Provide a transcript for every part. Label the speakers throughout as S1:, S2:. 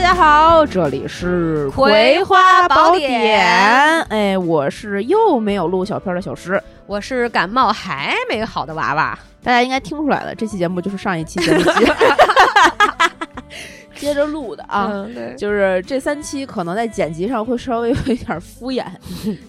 S1: 家好，这里是《葵花宝典》。哎，我是又没有录小片的小诗，
S2: 我是感冒还没好的娃娃。
S1: 大家应该听出来了，这期节目就是上一期节 目接接着录的啊。
S2: 嗯，对，
S1: 就是这三期可能在剪辑上会稍微有一点敷 衍，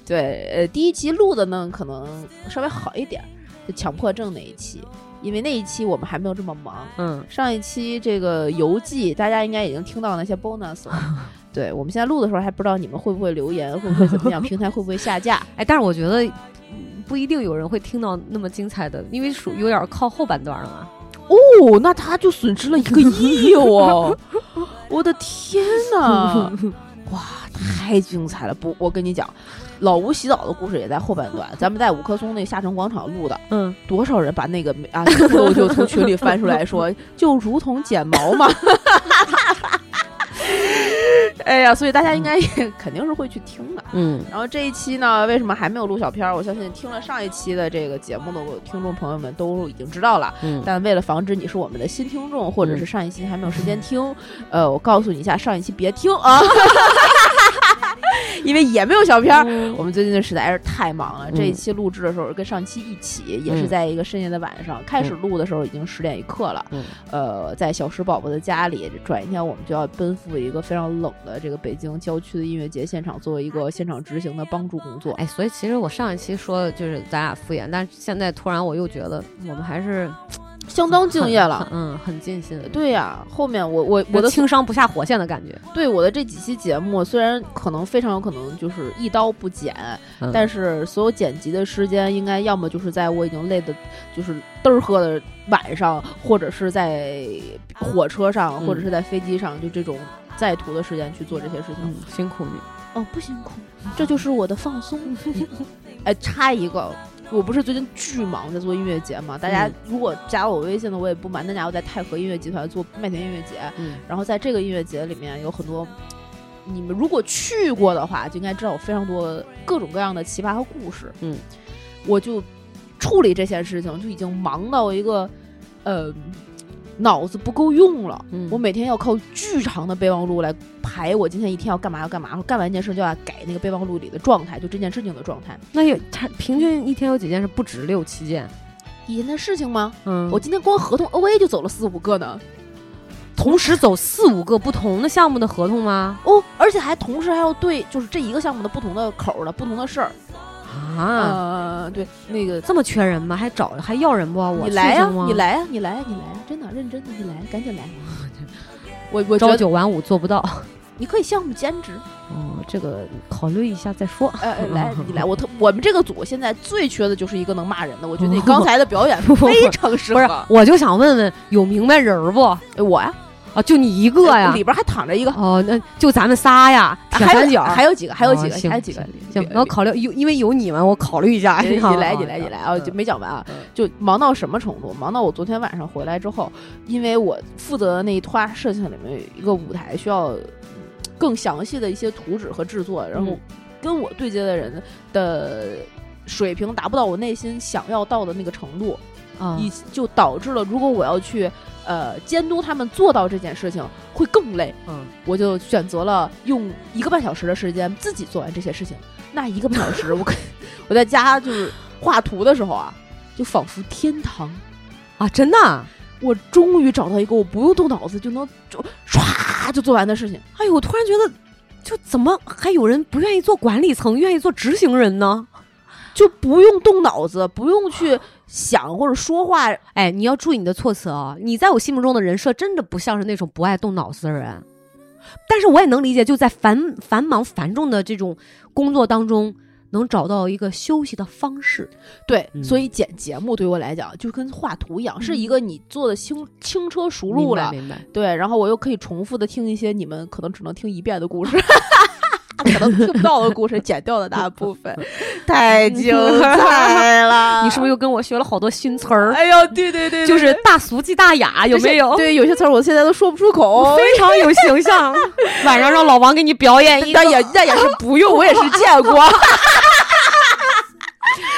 S1: 对，呃，第一期录的呢可能稍微好一点，就强迫症那一期，因为那一期我们还没有这么忙。
S2: 嗯，
S1: 上一期这个游记，大家应该已经听到那些 bonus 了。对，我们现在录的时候还不知道你们会不会留言，会不会怎么样，平台会不会下架？
S2: 哎，但是我觉得嗯不一定有人会听到那么精彩的，因为属于有点靠后半段了嘛。
S1: 哦，那他就损失了一个亿哦！我的天哪，哇，太精彩了！不，我跟你讲，老吴洗澡的故事也在后半段，咱们在五棵松那夏城广场录的，
S2: 嗯，
S1: 多少人把那个啊，我就从群里翻出来说，就如同剪毛嘛。 哎呀，所以大家应该也肯定是会去听的。
S2: 嗯，
S1: 然后这一期呢，为什么还没有录小片儿？我相信听了上一期的这个节目的我听众朋友们都已经知道了。
S2: 嗯
S1: 但为了防止你是我们的新听众，或者是
S2: 嗯
S1: 上一期还没有时间听，呃，我告诉你一下，上一期别听啊， 因为也没有小片儿。我们最近实在是太忙了，这一期录制的时候跟上期一起，也是
S2: 嗯
S1: 在一个深夜的晚上。开始录的时候已经十点一刻了，
S2: 嗯
S1: 呃，在小石宝宝的家里，转一天我们就要奔赴一个非常冷的这个北京郊区的音乐节现场，作为一个现场执行的帮助工作。
S2: 哎，所以其实我上一期说的就是咱俩敷衍，但是现在突然我又觉得我们还 是
S1: 相当敬业了，
S2: 很嗯，很尽心，
S1: 对呀、后面我我我
S2: 有
S1: 的
S2: 轻伤不下火线的感觉。
S1: 对我的这几期节目，虽然可能非常有可能就是一刀不剪，
S2: 嗯
S1: 但是所有剪辑的时间应该要么就是在我已经累的，就是嘚儿喝的晚上，或者是在火车上，
S2: 嗯
S1: 或者是在飞机上，就这种在途的时间去做这些事情。
S2: 嗯，辛苦你。
S1: 哦，不辛苦，这就是我的放 松。哎，插一个。我不是最近巨忙在做音乐节嘛？大家
S2: 嗯
S1: 如果加我微信的，我也不瞒大家，我在泰和音乐集团做麦田音乐节。
S2: 嗯，
S1: 然后在这个音乐节里面有很多，你们如果去过的话，就应该知道有非常多各种各样的奇葩和故事。
S2: 嗯，
S1: 我就处理这件事情就已经忙到一个，呃，脑子不够用了。
S2: 嗯
S1: 我每天要靠巨长的备忘录来排我今天一天要干嘛要干嘛，然后干完一件事就要改那个备忘录里的状态，就这件事情的状态。
S2: 那有他平均一天有几件是不止六七件？
S1: 以前的事情吗？
S2: 嗯
S1: 我今天光合同 OA 就走了四五个呢。
S2: 同时走四五个不同的项目的合同吗？
S1: 哦，而且还同时还要对，就是这一个项目的不同的口儿的不同的事儿，
S2: 啊，
S1: 啊，对，那个
S2: 这么缺人吗？还找还要人不？我啊
S1: 你来呀、
S2: 去行吗
S1: 你，来呀、你来呀、你来呀、真的认真的，你来，赶紧来。我我觉
S2: 朝
S1: 得
S2: 九晚五做不到。
S1: 你可以项目兼职，
S2: 哦，这个考虑一下再说。
S1: 哎哎，来你来，我特我们这个组现在最缺的就是一个能骂人的，我觉得你刚才的表演非常适
S2: 不是
S1: 合，
S2: 我就想问问有明白人儿不？啊，
S1: 我呀，
S2: 就你一个呀？
S1: 里边还躺着一个，
S2: 哦，那就咱们仨呀，铁
S1: 啊还
S2: 三
S1: 有
S2: 角。
S1: 还有几个，还有
S2: 哦
S1: 几个，
S2: 行
S1: 还有几个
S2: 行，行，我考虑有，因为有你们，我考虑一下。
S1: 你
S2: 哎好
S1: 来，
S2: 好
S1: 你来，
S2: 好
S1: 你来啊！
S2: 嗯
S1: 就没讲完啊
S2: 嗯，
S1: 就忙到什么程度？忙到我昨天晚上回来之后，因为我负责的那一坨事情里面有一个舞台需要嗯更详细的一些图纸和制作，然后
S2: 嗯
S1: 跟我对接的人的水平达不到我内心想要到的那个程度，
S2: 啊
S1: 以就导致了如果我要去呃监督他们做到这件事情会更累。
S2: 嗯，
S1: 我就选择了用一个半小时的时间自己做完这些事情。那一个半小时，我跟我在家就是画图的时候啊，就仿佛天堂。
S2: 啊，真的啊。
S1: 我终于找到一个我不用动脑子就能就唰就做完的事情。
S2: 哎呦，我突然觉得，就怎么还有人不愿意做管理层，愿意做执行人呢？
S1: 就不用动脑子，不用去想或者说话，
S2: 哎，你要注意你的措辞啊！你在我心目中的人设真的不像是那种不爱动脑子的人，但是我也能理解，就在繁繁忙繁重的这种工作当中，能找到一个休息的方式。
S1: 对，
S2: 嗯
S1: 所以剪节目对我来讲就跟画图一样，是一个你做的轻轻车熟路
S2: 明白
S1: 了，
S2: 明白。
S1: 对，然后我又可以重复的听一些你们可能只能听一遍的故事， 可能听不到的故事，剪掉的大部 分，太精彩了！
S2: 你是不是又跟我学了好多新词儿？
S1: 啊 哎呦，对对对，对
S2: 就是大俗即大雅，有没有？
S1: 对，有些词儿我现在都说不出口。
S2: 非常有形 象。晚上让老王给你表演一个
S1: 那也那也是不用，我也是见 过。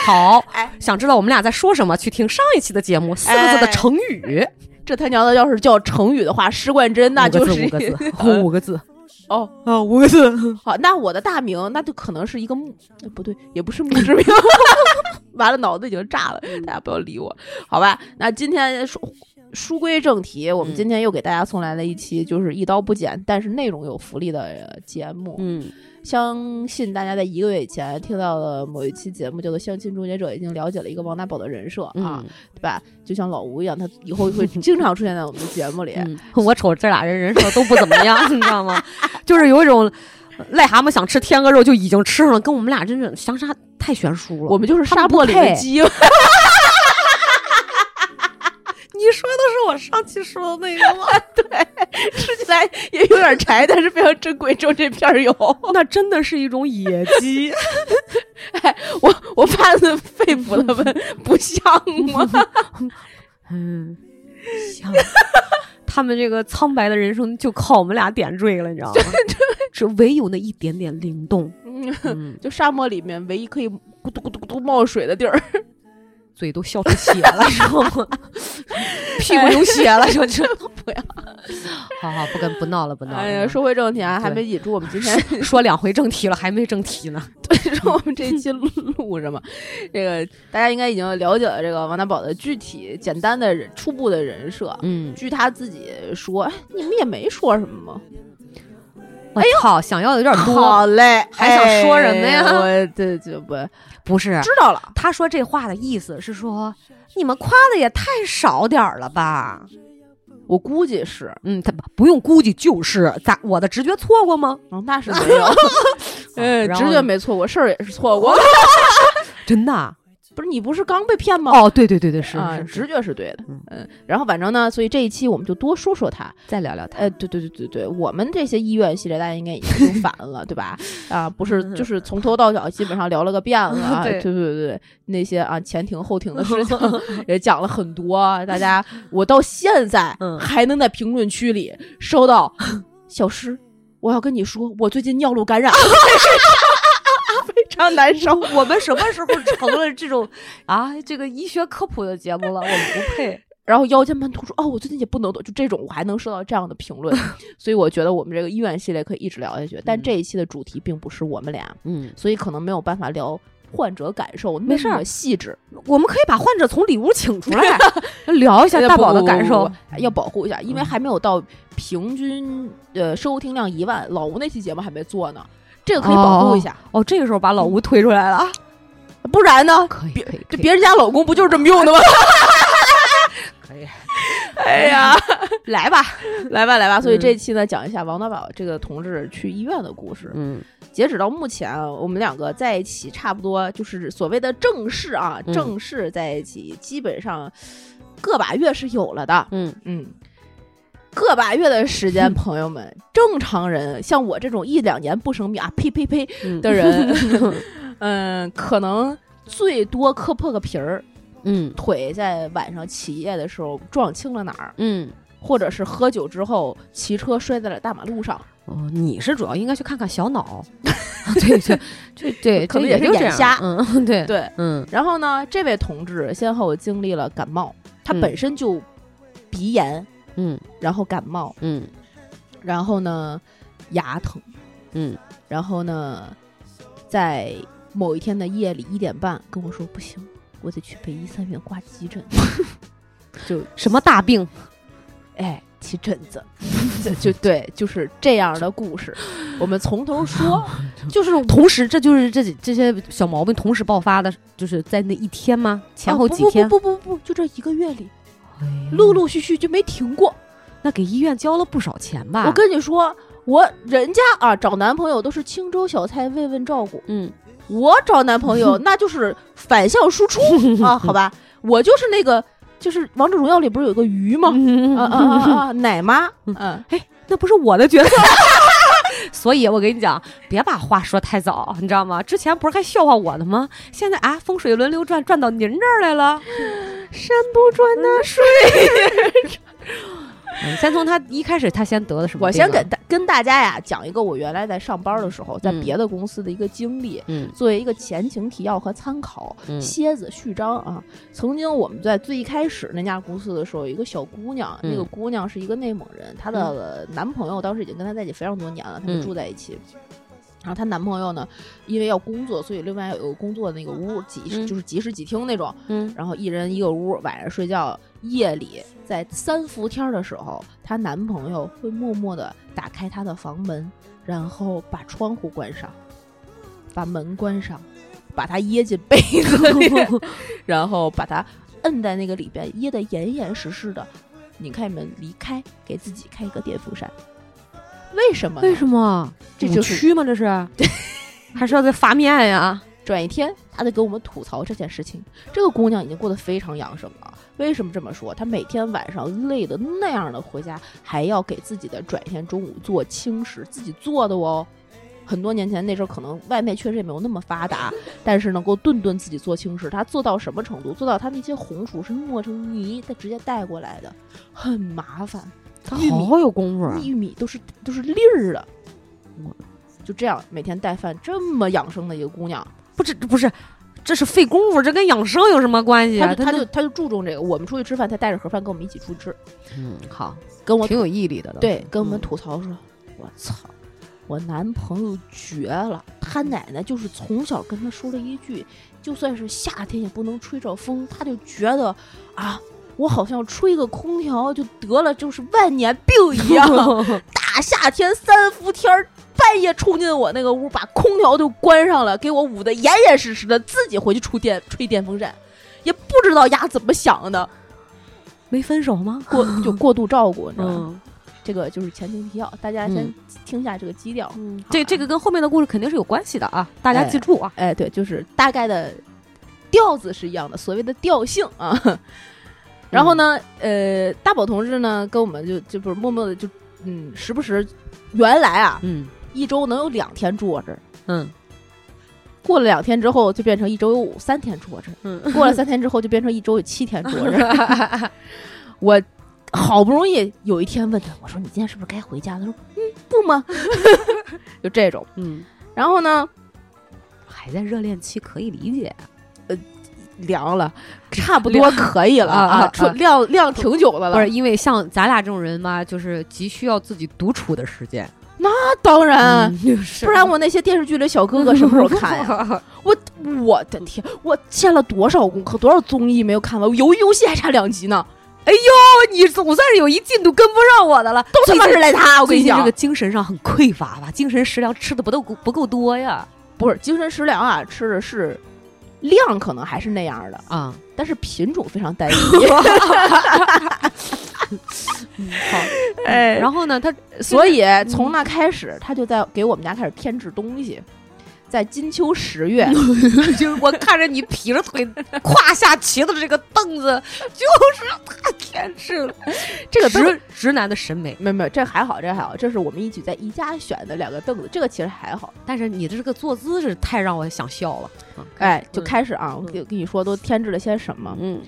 S2: 好
S1: 哎，
S2: 想知道我们俩在说什么？去听上一期的节目，四个字的成语，
S1: 这他娘的，要是叫成语的话，施冠珍那
S2: 五个
S1: 就
S2: 字
S1: 是
S2: 五个字，五个字，
S1: 哦，
S2: 啊，五个字，
S1: 好，那我的大名那就可能是一个墓，呃不对，也不是墓志铭。 完了，脑子已经炸了，大家不要理我，好吧？那今天书书归正题，我们
S2: 嗯
S1: 今天又给大家送来了一期就是一刀不剪，但是内容有福利的呃节目。
S2: 嗯，
S1: 相信大家在一个月以前听到的某一期节目叫做《相亲终结者》，已经了解了一个王大宝的人设啊，
S2: 嗯
S1: 对吧？就像老吴一样，他以后会经常出现在我们的节目里。
S2: 嗯，我瞅这俩人人设都不怎么样， 你知道吗？就是有一种癞蛤蟆想吃天鹅肉就已经吃上了，跟我们俩真是相差太悬殊了。
S1: 我们就是
S2: 他们
S1: 沙
S2: 不
S1: 漠里的
S2: 配
S1: 鸡，
S2: 你说的是我上期说的那个吗？
S1: 吃起来也有点柴，但是非常珍贵，只有这片儿有。
S2: 那真的是一种野鸡。
S1: 我我怕的肺腑他们不像吗？
S2: 嗯，行， 他们这个苍白的人生就靠我们俩点缀了，你知 道吗？只唯有那一点点灵动，
S1: 嗯
S2: 嗯，
S1: 就沙漠里面唯一可以咕嘟咕嘟咕嘟冒水的地儿，
S2: 嘴都笑出血 了，知道吗？屁股流血了，说这
S1: 不要。
S2: 好好，不跟不闹了，不闹了。
S1: 哎呀，说回正题啊，还
S2: 对
S1: 没引出我们今 天
S2: 说两回正题了，还没正题呢。
S1: 让我们这一期录录什么？这个大家应该已经了解了这个王大宝的具体、简单的人、初步的人设。
S2: 嗯，
S1: 据他自己说，哎，你们也没说什么吗？
S2: 我操，想要的有点多，
S1: 好嘞，
S2: 啊还想说什么呀啊
S1: 哎我这这不
S2: 不是？
S1: 知道了。
S2: 他说这话的意思是说，你们夸的也太少点儿了吧？
S1: 我估计是，
S2: 嗯，他不用估计就是咋？我的直觉错过吗？
S1: 嗯，那是没 有，嗯，
S2: 然
S1: 直
S2: 后
S1: 觉没错过，事儿也是错过。
S2: 真的啊
S1: 不是你不是刚被骗吗？
S2: 哦，对对对对，是
S1: 啊，
S2: 是
S1: 直
S2: 是，
S1: 觉是对的
S2: 嗯，
S1: 嗯，然后反正呢，所以这一期我们就多说说他，
S2: 再聊聊他。
S1: 呃，对对对对对，我们这些医院系列大家应该已经听烦 了，对吧？啊，不是，就是从头到脚基本上聊了个遍了啊，
S2: 嗯 对
S1: 对对对对，那些啊前庭后庭的事 情也讲了很多，啊大家我到现在
S2: 嗯
S1: 还能在评论区里收到小诗，我要跟你说，我最近尿路感染了， 非常难受。
S2: 我们什么时候成了这种啊这个医学科普的节目了？我们不配。
S1: 然后腰间盘突出，哦，我最近也不能动，就这种我还能收到这样的评 论，所以我觉得我们这个医院系列可以一直聊下去。但
S2: 嗯
S1: 这一期的主题并不是我们俩，
S2: 嗯，
S1: 所以可能没有办法聊患者感受
S2: 没事
S1: 那
S2: 儿
S1: 么细致。
S2: 我们可以把患者从里屋请出 来，聊一下大宝的感受哎
S1: 不不。不不要保护一下，
S2: 嗯
S1: 因为还没有到平均呃收听量一万，老吴那期节目还没做呢，这个可以保护一下，
S2: 哦，这个时候把老吴推出来了，哦
S1: 不然呢，
S2: 可以可以，
S1: 这别人家老公不就是这么用的吗？
S2: 可以，
S1: 哎呀，
S2: 来吧。
S1: 来吧来吧，所以
S2: 嗯
S1: 这一期呢，讲一下王大宝这个同志去医院的故事。
S2: 嗯
S1: 截止到目前，啊，我们两个在一起差不多就是所谓的正式啊，
S2: 嗯
S1: 正式在一起基本上个把月是有了的，
S2: 嗯，
S1: 嗯。个把月的时间，朋友们，正常人像我这种一两年不生病啊，呸呸呸的 人，嗯，可能最多磕破个皮儿，
S2: 嗯
S1: 腿在晚上起夜的时候撞青了哪儿，
S2: 嗯。
S1: 或者是喝酒之后骑车摔在了大马路上，
S2: 哦，你是主要应该去看看小脑， 对对，就对，
S1: 可能
S2: 这
S1: 也
S2: 也
S1: 是
S2: 就这
S1: 眼
S2: 样
S1: 瞎
S2: 嗯，对，
S1: 对，
S2: 嗯
S1: 然后呢，这位同志先后经历了感冒，他
S2: 嗯
S1: 本身就鼻炎，
S2: 嗯
S1: 然后感冒，
S2: 嗯
S1: 然后呢牙疼，
S2: 嗯，
S1: 然后呢在某一天的夜里一点半跟我说不行，我得去北医三院挂急诊，就
S2: 什么大 病？
S1: 哎起疹子，就就对，就是这样的故事，我们从头 说，就是
S2: 同时，这就是这几这些小毛病同时爆发的，就是在那一天吗？前
S1: 啊
S2: 后
S1: 不
S2: 几天？
S1: 不不不不，就这一个月里，
S2: 哎呀
S1: 陆陆续续就没停过。
S2: 那给医院交了不少钱吧？
S1: 我跟你说，我人家啊找男朋友都是青州小菜慰问照顾，
S2: 嗯
S1: 我找男朋友那就是反向输 出啊，好吧，我就是那个就是《王者荣耀》里不是有个鱼吗？
S2: 嗯
S1: 啊啊啊啊！奶妈，嗯，
S2: 那不是我的角色。 所以，我跟你讲，别把话说太早，你知道吗？之前不是还笑话我的吗？现在啊，风水轮流转，转到您这儿 来了。
S1: 山不转那水。
S2: 嗯先从他一开始，他先得的什么
S1: 我
S2: 病啊？
S1: 先给大跟大家呀讲一个我原来在上班的时候，在
S2: 嗯
S1: 别的公司的一个经历，
S2: 嗯
S1: 作为一个前情提要和参考。
S2: 嗯
S1: 蝎子序章啊，曾经我们在最一开始那家公司的时候，有一个小姑娘，
S2: 嗯
S1: 那个姑娘是一个内蒙人，她的男朋友当时已经跟她在一起非常多年了，他们
S2: 嗯
S1: 住在一起。然后她男朋友呢，因为要工作，所以另外有个工作的那个屋，几室
S2: 嗯
S1: 就是几室几厅那种，
S2: 嗯
S1: 然后一人一个屋，晚上睡觉，夜里在三伏天的时候，她男朋友会默默的打开她的房门，然后把窗户关上，把门关上，把她掖进被子 里，然后把她摁在那个里边，掖得严严实实的。拧开门离开，给自己开一个电风扇。为什么呢？
S2: 为什么？
S1: 嗯这
S2: 五
S1: 就是
S2: 区吗？ 这是？还是要再发面呀？
S1: 转一天，她在跟我们吐槽这件事情。这个姑娘已经过得非常养生了。为什么这么说？她每天晚上累得那样的回家，还要给自己的转一天中午做轻食，自己做的哦。很多年前那时候，可能外卖确实也没有那么发达，但是能够顿顿自己做轻食，她做到什么程度？做到她那些红薯是磨成泥，她直接带过来的，很麻烦。玉米
S2: 好有功夫啊！
S1: 玉米都是都是粒儿的，就这样每天带饭，这么养生的一个姑娘，
S2: 不是不是，这是费功夫，这跟养生有什么关系
S1: 他
S2: 啊？
S1: 就他
S2: 那
S1: 就他就注重这个。我们出去吃饭，他带着盒饭跟我们一起出去吃，
S2: 嗯好，
S1: 跟我
S2: 挺有毅力的。
S1: 对跟我们
S2: 嗯
S1: 吐槽说：“我操，我男朋友绝了！他
S2: 嗯
S1: 奶奶就是从小跟他说了一句，就算是夏天也不能吹着风，他就觉得啊，我好像吹个空调就得了，就是万年病 一样。大夏天三伏天儿。”半夜冲进我那个屋，把空调就关上了，给我捂得严严实实的，自己回去吹电吹电风扇，也不知道丫怎么想的，
S2: 没分手吗？
S1: 过就过度照顾，你知道吗？
S2: 嗯
S1: 这个就是前情提要，大家先
S2: 嗯
S1: 听一下这个基调。
S2: 嗯，这
S1: 好啊
S2: 这个跟后面的故事肯定是有关系的啊，大家
S1: 哎
S2: 记住啊。
S1: 哎，对，就是大概的调子是一样的，所谓的调性啊。 然后呢，呃，大宝同志呢跟我们就就不是默默的就嗯，时不时，原来啊
S2: 嗯
S1: 一周能有两天住我这儿，
S2: 嗯
S1: 过了两天之后就变成一周有五三天住我这儿，
S2: 嗯，
S1: 过了三天之后就变成一周有七天住我这儿。 我好不容易有一天问他，我说你今天是不是该回家？他说嗯，不吗？ 就这种。
S2: 嗯，
S1: 然后呢，
S2: 还在热恋期，可以理解。
S1: 凉了，差不多可以了
S2: 啊啊
S1: 出
S2: 啊
S1: 晾晾挺久的了。
S2: 不是因为像咱俩这种人嘛，就是急需要自己独处的时间，嗯
S1: 那当然，
S2: 不
S1: 不然我那些电视剧里小哥哥什么时候看 呀？
S2: 呀？
S1: 我我的天，我欠了多少功课，多少综艺没有看完？我游游戏还差两集呢，
S2: 哦你总算是有一进度跟不上我的了，
S1: 都他妈是赖他！我跟
S2: 最
S1: 你
S2: 近这
S1: 讲
S2: 个，精神上很匮乏吧？精神食粮吃的不够不够多呀？
S1: 不是精神食粮啊，吃的是量可能还是那样的，
S2: 啊，
S1: 但是品种非常单一。
S2: 嗯，好。
S1: 哎
S2: 然后呢，他
S1: 所以从那开始，他就在给我们家开始添置东西。在金秋十月，
S2: 就是我看着你劈着腿胯下骑的这个凳子， 就是太天真 了。
S1: 这个
S2: 直直男的审美，
S1: 没有没有，这还好，这还好，这是我们一起在宜家选的两个凳子，这个其实还好。
S2: 但是你的这个坐姿是太让我想笑了。啊
S1: 哎，就
S2: 嗯
S1: 开始啊，
S2: 嗯
S1: 我跟跟你说都添置了些什么，
S2: 嗯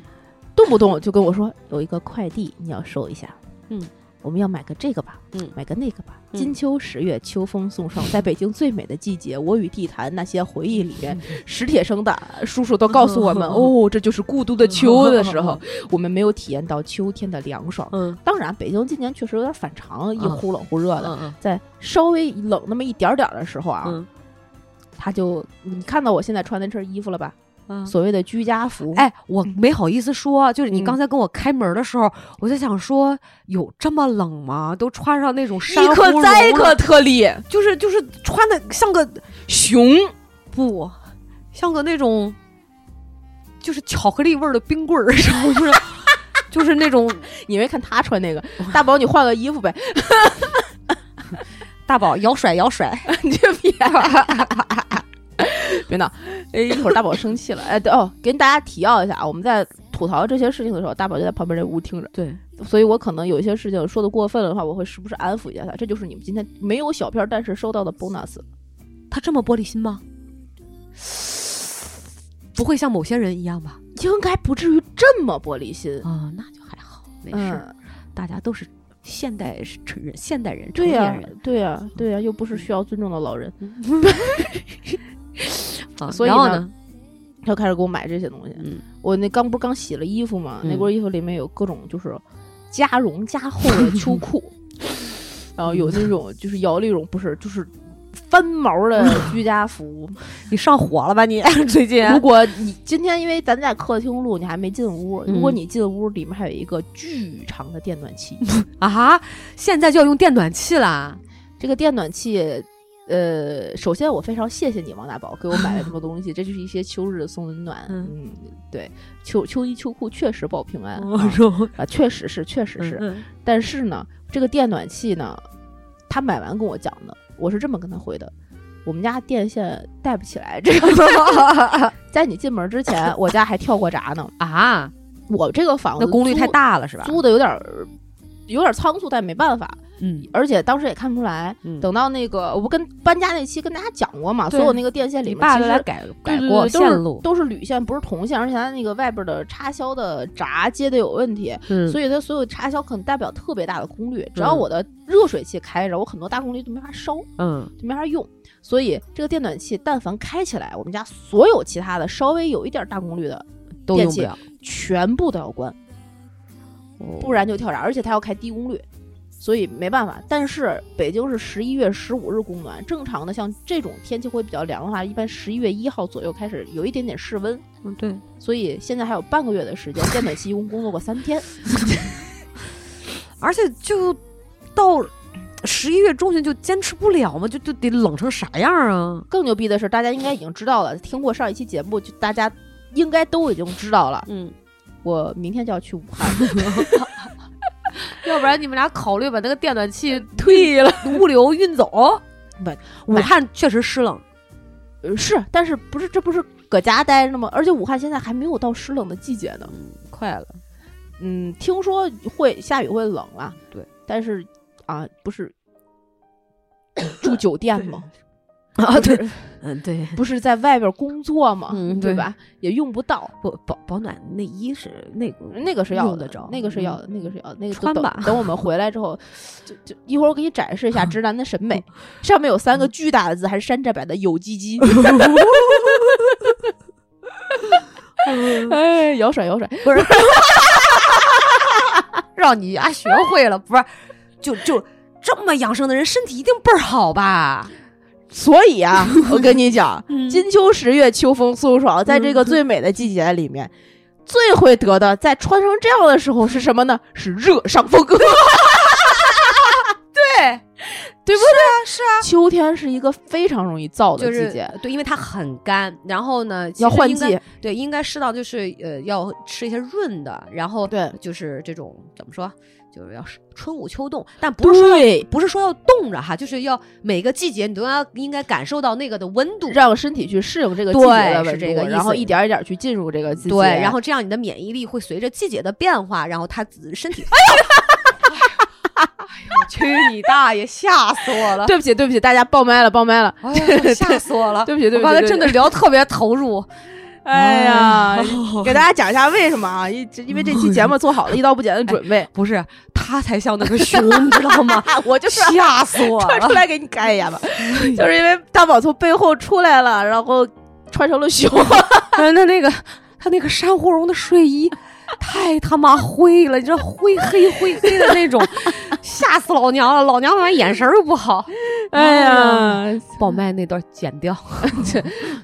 S1: 动不动就跟我说有一个快递你要收一下，
S2: 嗯，
S1: 我们要买个这个吧，
S2: 嗯
S1: 买个那个吧。
S2: 嗯
S1: 金秋十月，秋风送上，在北京最美的季节，我与地坛那些回忆里 面，史铁生的叔叔都告诉我们，哦，这就是孤独的秋的时候，我们没有体验到秋天的凉爽。
S2: 嗯
S1: 当然，北京今年确实有点反常，一
S2: 嗯
S1: 忽冷忽热的，
S2: 嗯
S1: 在稍微冷那么一点儿点儿的时候啊，
S2: 嗯
S1: 他就你看到我现在穿那身衣服了吧？
S2: 嗯。
S1: 所谓的居家服，，
S2: 哎，我没好意思说，就是你
S1: 嗯
S2: 刚才跟我开门的时候，我在想说，有这么冷吗？都穿上那种衫
S1: 一
S2: 呼
S1: 克
S2: 绒
S1: 再一
S2: 的
S1: 克特例，
S2: 就是就是穿的像个熊，不像个那种就是巧克力味儿的冰棍儿， 然后就是就是那种
S1: 你没看他穿那个，大宝你换个衣服呗，
S2: 大宝摇甩摇甩，
S1: 你就别 别闹，哎一会儿大宝生气了，哎对哦，跟大家提要一下啊，我们在吐槽这些事情的时候，大宝就在旁边那屋听着，
S2: 对，
S1: 所以我可能有一些事情说的过分了的话，我会时不时安抚一下他，这就是你们今天没有小片儿但是收到的 bonus，
S2: 他这么玻璃心吗？不会像某些人一样吧？
S1: 应该不至于这么玻璃心，
S2: 啊、那就还好，没事，
S1: 嗯。
S2: 大家都是现代是成人、现代人、成
S1: 对
S2: 年
S1: 呀
S2: 人，
S1: 对呀，对呀，又不是需要尊重的老人，
S2: 啊。
S1: 所以
S2: 然后
S1: 呢
S2: 呢，
S1: 他就开始给我买这些东西。
S2: 嗯，
S1: 我那刚不是刚洗了衣服嘛，那
S2: 嗯
S1: 波衣服里面有各种就是加绒加厚的秋 裤，然后有那种就是摇粒绒，不是就是翻毛的 居家服。
S2: 你上火了吧你？ 最近
S1: 如果你今天因为咱在客厅录，你还没进屋，
S2: 嗯
S1: 如果你进屋，里面还有一个巨长的电暖 器，
S2: 啊哈，现在就要用电暖器啦。
S1: 这个电暖器。呃，首先我非常谢谢你，王大宝给我买了这么多东 西，这就是一些秋日的送温暖。
S2: 嗯
S1: 嗯，对，秋秋衣秋裤确实保平安。
S2: 我
S1: 啊
S2: 说
S1: 啊，确实是，确实是。
S2: 是，
S1: 但是呢，这个电暖器呢，他买完跟我讲的，我是这么跟他回的：我们家电线带不起来，这个 在你进门之前，我家还跳过闸呢。
S2: 啊，
S1: 我这个房子
S2: 那功率
S1: 租
S2: 太，大了是吧？
S1: 租的有点儿有点儿仓促，但没办法。
S2: 嗯
S1: 而且当时也看不出来。
S2: 嗯，
S1: 等到那个，我不跟搬家那期跟大家讲过嘛，
S2: 对
S1: 所有那个电线里
S2: 你
S1: 面
S2: 爸
S1: 其
S2: 都
S1: 实
S2: 来改
S1: 对
S2: 改
S1: 对
S2: 过
S1: 对都
S2: 线
S1: 是
S2: 路，
S1: 都是铝线，不是铜线，而且它那个外边的插销的闸接的有问题，
S2: 嗯
S1: 所以它所有插销可能带不了特别大的功率。只要我的热水器开着，我很多大功率就没法烧，
S2: 嗯
S1: 就没法用。所以这个电暖器但凡开起来，我们家所有其他的稍微有一点大功率的，
S2: 都
S1: 电
S2: 用不
S1: 器
S2: 了，哦
S1: 全部都要关，不然就跳闸，而且它要开低功率。所以没办法，但是北京是十一月十五日供暖，正常的像这种天气会比较凉的话，一般十一月一号左右开始有一点点室温，
S2: 嗯对，
S1: 所以现在还有半个月的时间，电暖器一共工作过三天。
S2: 而且就到十一月中旬就坚持不了嘛，就就得冷成啥样啊？
S1: 更牛逼的是，大家应该已经知道了，听过上一期节目，就大家应该都已经知道了。
S2: 嗯，
S1: 我明天就要去武汉，
S2: 要不然你们俩考虑把那个电暖器 退了，物流运走。武
S1: 买
S2: 汉确实湿冷，
S1: 呃是，但是不是这不是搁家待着呢吗？而且武汉现在还没有到湿冷的季节呢。
S2: 快了，
S1: 嗯，听说会下雨会冷啊。
S2: 对，
S1: 但是啊，不是 住酒店吗？
S2: 啊
S1: 不
S2: 对，
S1: 是，
S2: 嗯对，
S1: 不是在外边工作吗？
S2: 嗯
S1: 对
S2: 对
S1: 吧？也用不到。
S2: 不保保暖内衣是那个
S1: 那个是要
S2: 用得着
S1: 那个是要
S2: 嗯
S1: 的，那个是要的，那个就
S2: 穿
S1: 等
S2: 吧
S1: 等我们回来之 后，就就一会儿我给你展示一下直男的审美，上面有三
S2: 嗯
S1: 个巨大的字，还是山寨版的“有鸡 鸡”， 哎，摇甩摇甩，
S2: 不是，让你啊学会了，不是，就就这么养生的人，身体一定倍儿好吧？
S1: 所以 啊，我跟你讲，
S2: 嗯
S1: 金秋十月，秋风送爽，在这个最美的季节里面，最会得的，在穿成这样的时候是什么呢？是热上风。 对，对不对？是啊，秋天是一个非常容易燥的
S2: 就
S1: 季
S2: 是
S1: 节，
S2: 对，因为它很干，然后呢其
S1: 要
S2: 实
S1: 换
S2: 应该
S1: 季。
S2: 对，应该适当就是呃，要吃一些润的，然后
S1: 对
S2: 就是这种怎么说，就是要是春捂秋冻，但不是说
S1: 对，
S2: 不是说要冻着哈，就是要每个季节你都要应该感受到那个的温度，
S1: 让身体去适应这个季
S2: 对
S1: 节的
S2: 是
S1: 温
S2: 这个
S1: 度，
S2: 意
S1: 然后
S2: 思
S1: 一点一点去进入这个季节。
S2: 对，然后这样你的免疫力会随着季节的变化，然后它自身体，哎 呦，哎呦，去你大爷，吓死我了！
S1: 对不起，对不起，大家爆麦了，爆麦了，
S2: 哎呦，吓死我了！
S1: 对不起，对
S2: 我
S1: 不起，
S2: 刚才
S1: 对不
S2: 真的
S1: 起，
S2: 聊特别投入，
S1: 哎呀哦
S2: 哎，
S1: 给大家讲一下为什么啊？因因为这期节目做好了一刀不剪的准备，
S2: 不是他才像那个熊，你知道吗？
S1: 啊，我 就是
S2: 吓死我
S1: 穿
S2: 了哎
S1: 出！来给你干一下吧，就是因为大宝从背后出来了，然后穿成了熊，
S2: 他哎那那个他那个珊瑚绒的睡衣太他妈灰了，你知道灰黑灰黑的那种， 吓死老娘了！老娘们眼神儿又不好。
S1: 哎
S2: 哎
S1: 呀，
S2: 把我麦那段剪掉。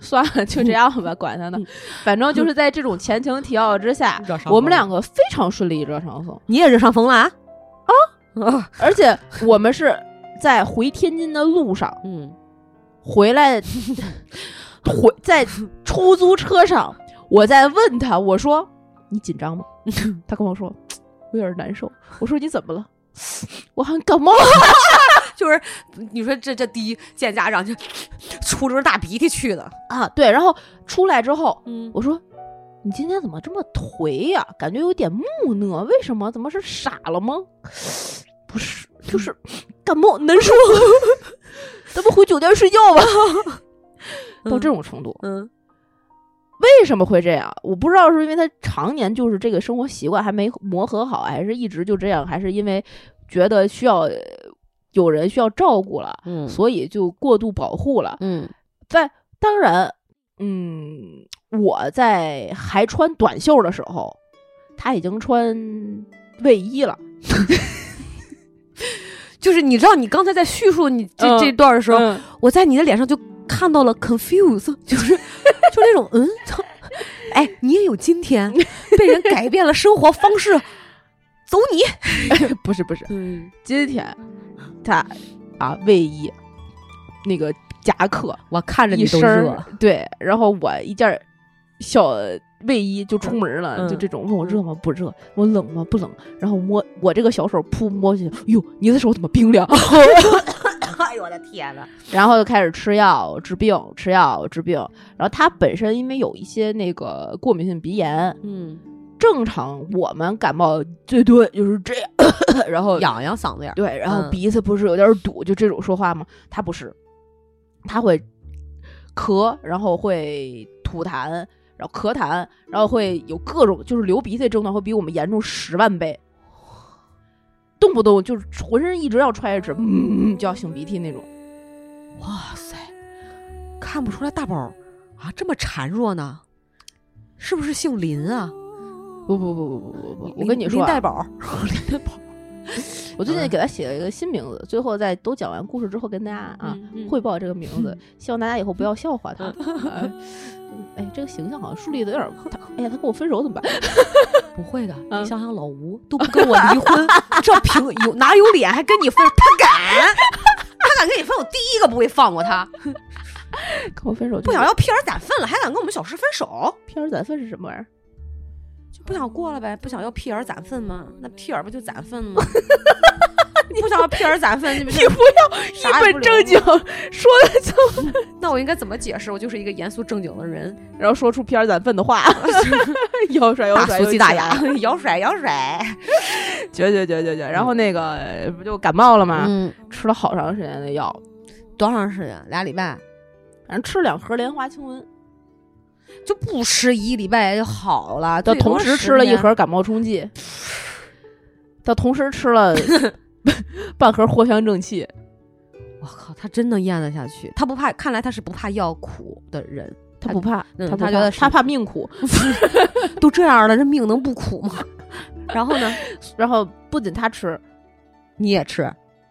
S1: 算了，就这样吧，管他呢，反正就是在这种前情提要之 下，我们两个非常顺利热上风。
S2: 你也惹上风了啊？啊，
S1: 而且我们是在回天津的路上
S2: 嗯，
S1: 回来，回在出租车上，我在问他，我说你紧张吗？ 他跟我说我有点难受。我说你怎么了？我好像感冒了。
S2: 就是你说这这第一见家长就 出溜大鼻涕去的，
S1: 啊，对，然后出来之后，
S2: 嗯，
S1: 我说你今天怎么这么颓呀、感觉有点木讷，为什么？怎么是傻了吗？不是， 就是感冒难受， 咱们回酒店睡觉 吧。到这种程度，
S2: 嗯
S1: 为什么会这样？我不知道是因为他常年就是这个生活习惯还没磨合好，还是一直就这样，还是因为觉得需要呃有人需要照顾了，
S2: 嗯
S1: 所以就过度保护了。
S2: 嗯
S1: 但当然，嗯，我在还穿短袖的时候，他已经穿卫衣了。
S2: 就是你知道，你刚才在叙述你这、
S1: 嗯
S2: 这段的时候，
S1: 嗯
S2: 我在你的脸上就看到了 confuse，就是 就那种嗯，操哎，你也有今 天，被人改变了生活方式，走你。
S1: 不是不是，
S2: 嗯，
S1: 今天他啊卫衣那个夹克
S2: 我看着
S1: 一
S2: 你都
S1: 身儿
S2: 热，
S1: 对，然后我一件儿小卫衣就出门了，
S2: 嗯
S1: 就这种问我热吗？不热，我冷吗？不冷。然后摸我这个小手扑摸进去，哟，你的手怎么冰凉？
S2: 哎呦我的天呐，
S1: 然后就开始吃药治病，吃药治病。然后他本身因为有一些那个过敏性鼻炎，
S2: 嗯，
S1: 正常我们感冒最多就是这样， 然后
S2: 痒痒嗓子眼儿，
S1: 对，然后
S2: 嗯
S1: 鼻子不是有点堵，就这种说话吗？他不是，他会咳，然后会吐痰，然后咳痰，然后会有各种就是流鼻涕的症状，会比我们严重十万倍，动不动就是浑身一直要揣着纸，嗯，就要擤鼻涕那种。
S2: 哇塞，看不出来大宝儿啊这么孱弱呢，是不是姓林啊？
S1: 不不不不不不不，我
S2: 林
S1: 跟你嗯说、
S2: 林
S1: 啊
S2: 黛，宝儿，林黛宝儿
S1: 我最近给他写了一个新名字，最后在都讲完故事之后跟大家
S2: 嗯
S1: 啊、汇报这个名字，希望大家以后不要笑话他。哎哎，这个形象好像树立的有点儿，他哎呀，他跟我分手怎么办？
S2: 不会的，
S1: 嗯
S2: 你想想老吴都不跟我离 婚，这凭有哪有脸还跟你分？他敢，他敢跟你分，我第一个不会放过他。
S1: 跟我分手就
S2: 不想要屁儿攒分了，还敢跟我们小石分手，
S1: 片儿攒分是什么 玩意儿？
S2: 就不想过了呗？不想要屁儿攒分吗？那屁儿不就攒分 吗？不想要屁儿攒分，你不
S1: 不
S2: 要
S1: 要一本正经。 说的就，
S2: 那我应该怎么解释？我就是一个严肃正经的人，
S1: 然后说出片儿攒分的 话，要甩要
S2: 大
S1: 甩，
S2: 俗
S1: 又
S2: 即大
S1: 起来
S2: 雅，
S1: 了，
S2: 摇甩摇甩。
S1: 绝绝绝绝绝。然后那个呃不就感冒了吗？
S2: 嗯，
S1: 吃了好长时间的药，
S2: 多长时间？俩礼拜
S1: 反正吃两盒莲花清瘟，
S2: 就不吃一礼拜就好了。
S1: 到
S2: 最多
S1: 同时
S2: 十
S1: 吃了一
S2: 天
S1: 盒感冒冲 剂，到同时吃了半盒藿香正气。
S2: 我靠，他真能咽得下去，他不怕，看来他是不怕药苦的 人。
S1: 他不怕，
S2: 嗯
S1: 他不
S2: 他
S1: 怕
S2: 觉得是
S1: 他怕命苦，
S2: 都这样了，这命能不苦吗？ 然后呢，
S1: 然后不仅他吃，
S2: 你也吃，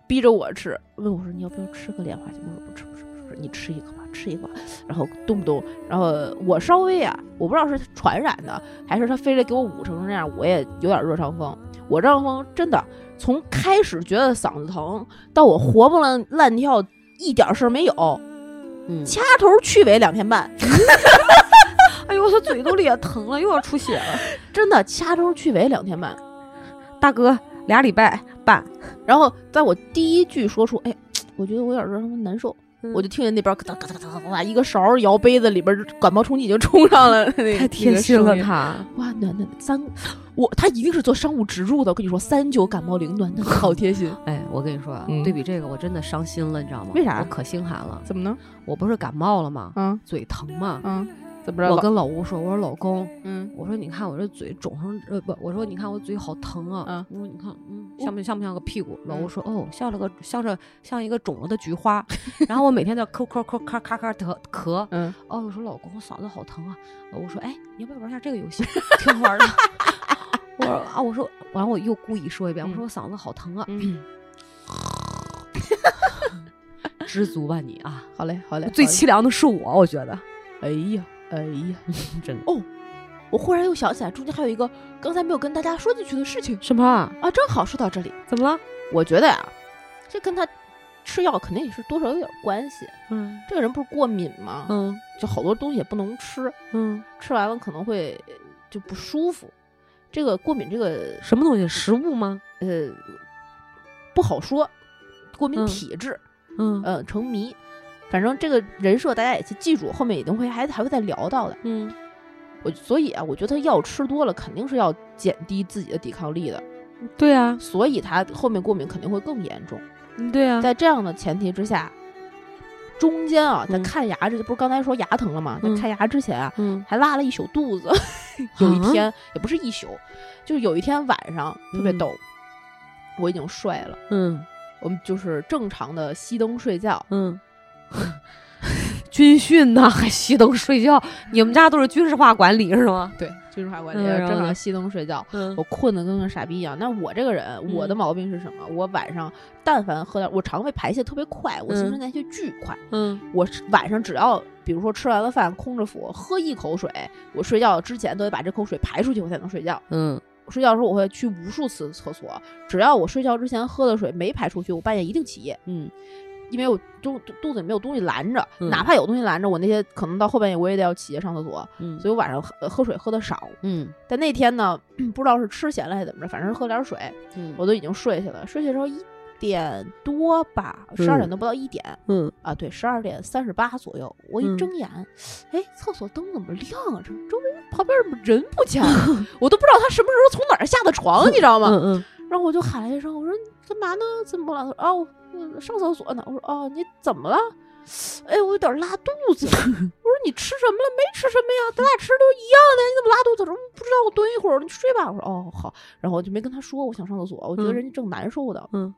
S1: 逼着我吃，问我说你要不要吃个莲花清瘟？我说不吃不吃不吃，你吃一个吧，吃一个吧。然后动不动，然后我稍微啊，我不知道是传染的，还是他非得给我捂成这样，我也有点热伤风。我热伤风真的从开始觉得嗓子疼，到我活蹦乱乱跳，一点事儿没有，
S2: 嗯
S1: 掐头去尾两天半，
S2: 哎呦，我的嘴都裂疼了，又要出血 了。
S1: 真的掐头去尾两天半。
S2: 大哥，俩礼拜半，
S1: 然后在我第一句说出“哎，我觉得我有点热伤风难受”，
S2: 嗯
S1: 我就听见那边咯噔咯噔咯噔，哇，一个勺摇杯子里边感冒冲剂已经冲上了， 那
S2: 太贴心了
S1: 那个声音
S2: 他。
S1: 哇，暖暖三，我他一定是做商务植入的，我跟你说，三九感冒灵暖暖好贴心，
S2: 哎，我跟你说啊，
S1: 嗯
S2: 对比这个，我真的伤心了，你知道吗？
S1: 为啥
S2: 我可心寒了，
S1: 怎么呢？
S2: 我不是感冒了吗？
S1: 嗯
S2: 嘴疼嘛。
S1: 嗯，怎么着？
S2: 我跟老吴说，我说老公，
S1: 嗯
S2: 我说你看我这嘴肿成呃不，我说你看我嘴好疼啊。
S1: 嗯
S2: 我说你看，嗯，像不像不像个屁股？老
S1: 嗯
S2: 吴说哦，像了个像着像一个肿了的菊 花。然后我每天在咳咳咳咔咔咔咳咳。
S1: 嗯，
S2: 哦，我说老公，我嗓子好疼啊。老吴说哎，你要不要玩一下这个游戏？挺好玩的。 我说啊，我说，完了我又故意说一遍，我说我嗓子好疼啊，
S1: 嗯
S2: 知足吧你 啊。
S1: 好嘞好嘞，
S2: 最
S1: 好嘞
S2: 凄凉的是我，我觉得
S1: 哎呀哎 呀，
S2: 真的
S1: 哦，我忽然又想起来，中间还有一个刚才没有跟大家说进去的事情
S2: 什么？
S1: 啊，正好说到这里，
S2: 怎么了？
S1: 我觉得呀、这跟他吃药肯定也是多少有点关系。
S2: 嗯
S1: 这个人不是过敏吗？
S2: 嗯
S1: 就好多东西也不能吃，
S2: 嗯，
S1: 吃完了可能会呃就不舒服。这个过敏这个
S2: 什么东西？食物吗？
S1: 呃不好说，过敏
S2: 嗯
S1: 体质，
S2: 嗯
S1: 呃成谜。反正这个人设大家也去记住，后面一定会还还会再聊到的。
S2: 嗯，
S1: 我所以啊，我觉得他药吃多了肯定是要减低自己的抵抗力的，
S2: 对啊，
S1: 所以他后面过敏肯定会更严重。
S2: 对啊，
S1: 在这样的前提之下，中间啊，在
S2: 嗯
S1: 看牙之前，不是刚才说牙疼了吗？在
S2: 嗯
S1: 看牙之前啊，
S2: 嗯
S1: 还拉了一宿肚子。
S2: 啊
S1: 有一天、也不是一宿，就是有一天晚上特别
S2: 嗯
S1: 逗，我已经睡了，
S2: 嗯
S1: 我们就是正常的熄灯睡觉。
S2: 嗯， 军训呐，还熄灯睡觉，你们家都是军事化管理是吗？
S1: 对，军事化管理，
S2: 嗯然后
S1: 正
S2: 呢
S1: 常熄灯睡觉。
S2: 嗯
S1: 我困得跟个傻逼一样。那我这个人，
S2: 嗯
S1: 我的毛病是什么？我晚上但凡喝点，我肠胃排泄特别快，我新陈代谢巨快。
S2: 嗯
S1: 我是晚上只要比如说吃完了饭，空着腹喝一口水，我睡觉之前都得把这口水排出去，我才能睡觉。
S2: 嗯
S1: 我睡觉的时候我会去无数次厕所，只要我睡觉之前喝的水没排出去，我半夜一定起夜，
S2: 嗯
S1: 因为我肚肚子里没有东西拦着，
S2: 嗯
S1: 哪怕有东西拦着我，那些可能到后半夜我也得要起夜上厕所，
S2: 嗯
S1: 所以我晚上喝喝水喝的少。
S2: 嗯
S1: 但那天呢， 不知道是吃咸了还是怎么着，反正是喝点水，
S2: 嗯
S1: 我都已经睡去了。睡去的时候一点多吧，十二点都不到一点、
S2: 嗯
S1: 啊，对，十二点三十八左右。我一
S2: 嗯
S1: 睁眼，哎、厕所灯怎么亮啊？这周围旁边怎么人不见 了？我都不知道他什么时候从哪儿下的床，你知道吗？
S2: 嗯
S1: 然后我就喊了一声，我说干嘛呢？怎么了？他说哦，嗯上厕所呢。我说哦，你怎么了？哎，我有点拉肚 子。我说你吃什么了？没吃什么呀，咱俩吃的都一样的，你怎么拉肚子？他说嗯不知道，我蹲一会儿，你睡吧。我说哦好，然后我就没跟他说我想上厕所，我觉得
S2: 嗯
S1: 人家正难受呢。
S2: 嗯，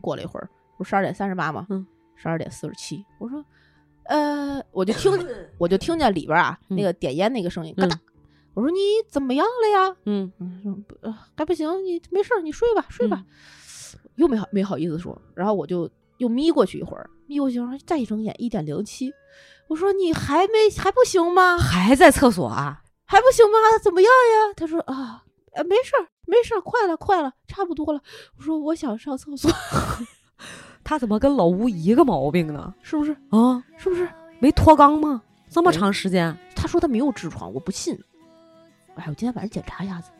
S1: 过了一会儿，不十二点三十八嘛，
S2: 嗯，
S1: 十二点四十七，我说呃，我就听我就听见里边啊、
S2: 嗯
S1: 那个点烟那个声音，
S2: 嗯
S1: 嘎哒。我说你怎么样了呀？
S2: 嗯
S1: 嗯，说不呃还不行，你没事儿，你睡吧，睡吧。 又没好没好意思说，然后我就又眯过去一会儿，眯过去一会儿，再一睁眼一点零七，我说你还没还不行吗？
S2: 还在厕所啊？
S1: 还不行吗？怎么样呀？他说啊，呃，没事儿，没事儿，快了，快了，差不多了。我说我想上厕所，
S2: 他怎么跟老吴一个毛病呢？
S1: 是不是？
S2: 啊，
S1: 是不是？
S2: 没脱肛吗？这么
S1: 哎
S2: 长时间？
S1: 他说他没有痔疮，我不信。哎，我今天晚上检查一下子。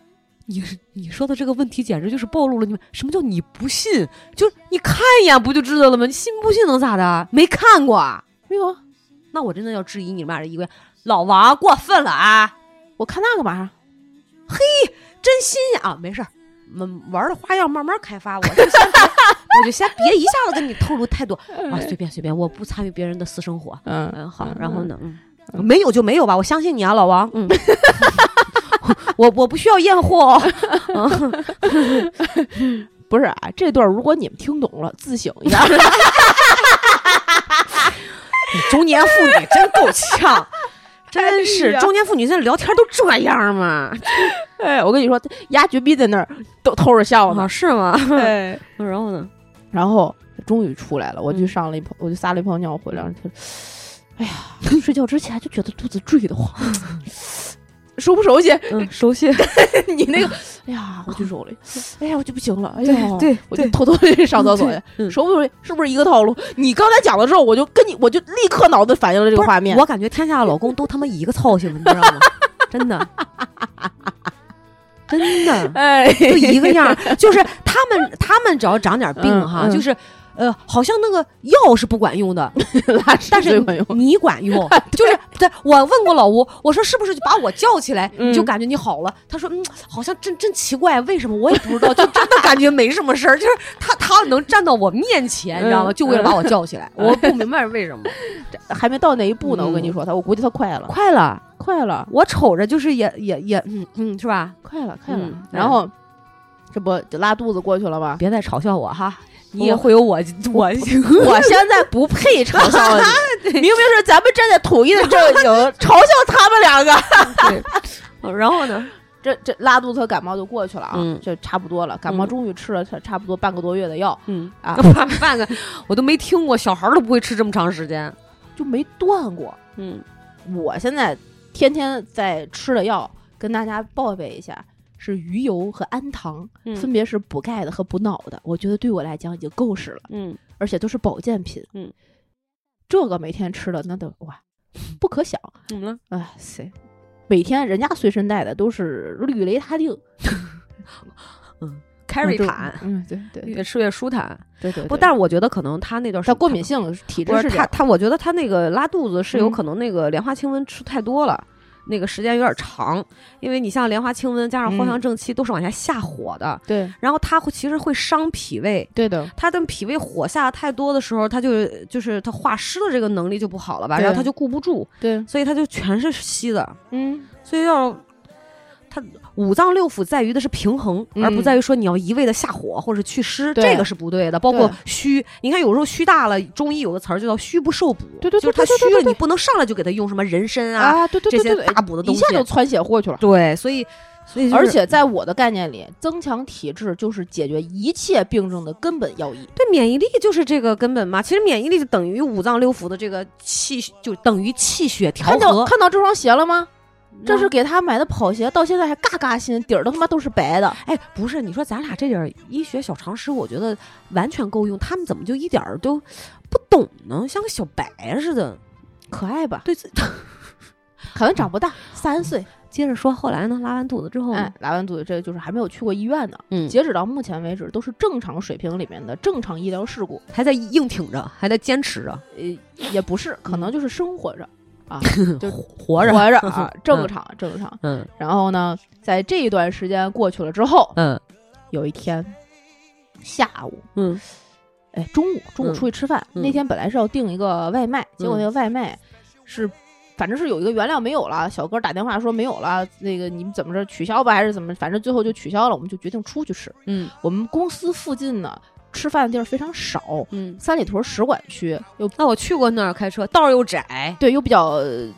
S2: 你是你说的这个问题，简直就是暴露了你们什么叫你不信？就是你看一眼不就知道了吗？你信不信能咋的？没看过啊，
S1: 没有啊，
S2: 那我真的要质疑你们俩的一个老王过分了啊！
S1: 我看那干嘛？啊
S2: 真心眼啊，没事儿，们玩的花样慢慢开发，我就先别 我就先别一下子跟你透露 太多啊，随便随便，我不参与别人的私生活。
S1: 嗯，
S2: 嗯，好，然后呢，嗯，没有就没有吧，我相信你啊，老王，嗯。 我我不需要验货、哦 嗯，
S1: 不是啊，这段如果你们听懂了，自省一下。
S2: 你中年妇女真够呛，真
S1: 哎
S2: 是
S1: 呀
S2: 中年妇女现在聊天都这样吗？
S1: 哎，我跟你说，丫绝逼在那儿都偷着笑呢
S2: 啊，。是吗？
S1: 对，
S2: 嗯然后呢？
S1: 然后终于出来了，我就
S2: 嗯
S1: 上了一泡，我就撒了一泡尿回来，他，哎呀，睡觉之前就觉得肚子坠得慌， 熟不熟悉？
S2: 嗯，熟 悉，
S1: 你 那个，哎呀，我去手里，哎呀，我就不行了，哎
S2: 对
S1: 呀，
S2: 对
S1: 我就偷偷地上厕所去。
S2: 嗯
S1: 熟不熟悉？是不是一个套路？你刚才讲的时候，我就跟你，我就立刻脑子反映了这个
S2: 不是
S1: 画面。
S2: 我感觉天下的老公都他妈一个操性，你知道 吗？真的，真的
S1: 哎，
S2: 就一个样儿，就是他们他们只要长点病哈，
S1: 嗯嗯
S2: 就是呃，好像那个药是不管 用的，
S1: 拉屎
S2: 但
S1: 最
S2: 是
S1: 管用
S2: 你管用， 就是对我问过老吴，我说是不是就把我叫起来，
S1: 嗯
S2: 你就感觉你好了？他说嗯，好像真真奇怪，为什么我也不知 道，就真的感觉没什么事儿，就是他他能站到我面前，你知道吗？
S1: 嗯
S2: 就为了把我叫起来，我不明白是为什么。
S1: 还没到那一步呢。
S2: 嗯
S1: 我跟你说，他，我估计他快了，
S2: 快了。
S1: 快了，
S2: 我瞅着就是也也也嗯嗯是吧？
S1: 快了，快
S2: 嗯
S1: 了。哎然后这不就拉肚子过去了吗？
S2: 别再嘲笑我哈，你也
S1: 我
S2: 会有 我我
S1: 我现在不配嘲笑你，明明是咱们站在统一的阵营， 嘲笑他们两个。
S2: 我，嗯然后呢？
S1: 这这拉肚子和感冒就过去了啊，
S2: 嗯
S1: 就差不多了。感冒
S2: 嗯
S1: 终于吃了差差不多半个多月的药，
S2: 嗯
S1: 啊
S2: 半半个我都没听过，小孩儿都不会吃这么长时间。
S1: 就没断过。
S2: 嗯
S1: 我现在天天在吃的药，跟大家报备一下，是鱼油和氨糖，
S2: 嗯
S1: 分别是补钙的和补脑的。我觉得对我来讲已经够使了，
S2: 嗯
S1: 而且都是保健品。
S2: 嗯，
S1: 这个每天吃的那都哇，不可想。
S2: 怎嗯么了？
S1: 哎，塞，每天人家随身带的都是氯雷他定、
S2: 凯瑞
S1: 嗯
S2: 坦，
S1: 就嗯，对对对
S2: 越吃越舒坦。
S1: 对对，
S2: 不，但是我觉得可能他那段时
S1: 他
S2: 间
S1: 过敏。性体质
S2: 不
S1: 是
S2: 是
S1: 这
S2: 他，
S1: 样
S2: 他我觉得他那个拉肚子是有
S1: 嗯
S2: 可能那个莲花清瘟吃太多了，那个时间有点长，因为你像莲花清瘟加上藿香正气都是往下下火的，
S1: 对
S2: 然后它会其实会伤脾胃，
S1: 对的，
S2: 他的脾胃火下太多的时候，他就就是他化湿的这个能力就不好了吧，
S1: 对
S2: 然后他就顾不住，
S1: 对，
S2: 所以他就全是稀的，
S1: 嗯，
S2: 所以要它五脏六腑在于的是平衡，
S1: 嗯
S2: 而不在于说你要一味的下火或者祛湿，
S1: 对
S2: 这个是不对的。包括虚，你看有时候虚大了，中医有个词儿就叫虚不受补，
S1: 对对对
S2: 就是它
S1: 对对
S2: 虚
S1: 对
S2: 了，
S1: 对
S2: 你不能上来就给它用什么人参啊，
S1: 啊，对对
S2: 这
S1: 对
S2: 些
S1: 对
S2: 大
S1: 对，
S2: 补的东
S1: 一
S2: 西
S1: 下就窜血过去了。
S2: 对，所以所以就是
S1: 而且在我的概念里，增强体质就是解决一切病症的根本要义。
S2: 对免疫力就是这个根本嘛。其实免疫力就等于五脏六腑的这个气，就等于气血调
S1: 看到
S2: 和。
S1: 看到这双鞋了吗？这是
S2: 嗯
S1: 给他买的跑鞋，到现在还嘎嘎新，底儿都他妈都是白的。
S2: 哎，不是你说咱俩这点儿医学小常识，我觉得完全够用。他们怎么就一点儿都不懂呢？像个小白似的。
S1: 可爱吧？
S2: 对，自
S1: 可能长不大，三岁。
S2: 接着说，后来呢，拉完肚子之后呢，
S1: 哎，拉完肚子，这就是还没有去过医院呢。
S2: 嗯，
S1: 截止到目前为止，都是正常水平里面的正常医疗事故。
S2: 还在硬挺着，还在坚持着，
S1: 呃，也不是，可能就是生活着，就
S2: 活着。
S1: 嗯活 着啊，正常正常。
S2: 嗯
S1: 然后呢，在这一段时间过去了之后，
S2: 嗯
S1: 有一天下午，
S2: 嗯
S1: 哎，中午中午
S2: 嗯
S1: 出去吃饭，
S2: 嗯
S1: 那天本来是要订一个外卖，结果
S2: 嗯
S1: 那个外卖是。反正是有一个原料没有了，小哥打电话说没有了，那个你们怎么着取消吧，还是怎么？反正最后就取消了，我们就决定出去吃。
S2: 嗯
S1: 我们公司附近呢，吃饭的地儿非常少，
S2: 嗯。
S1: 三里屯使馆区又
S2: 那我去过那儿，开车道儿又窄，
S1: 对又比较，呃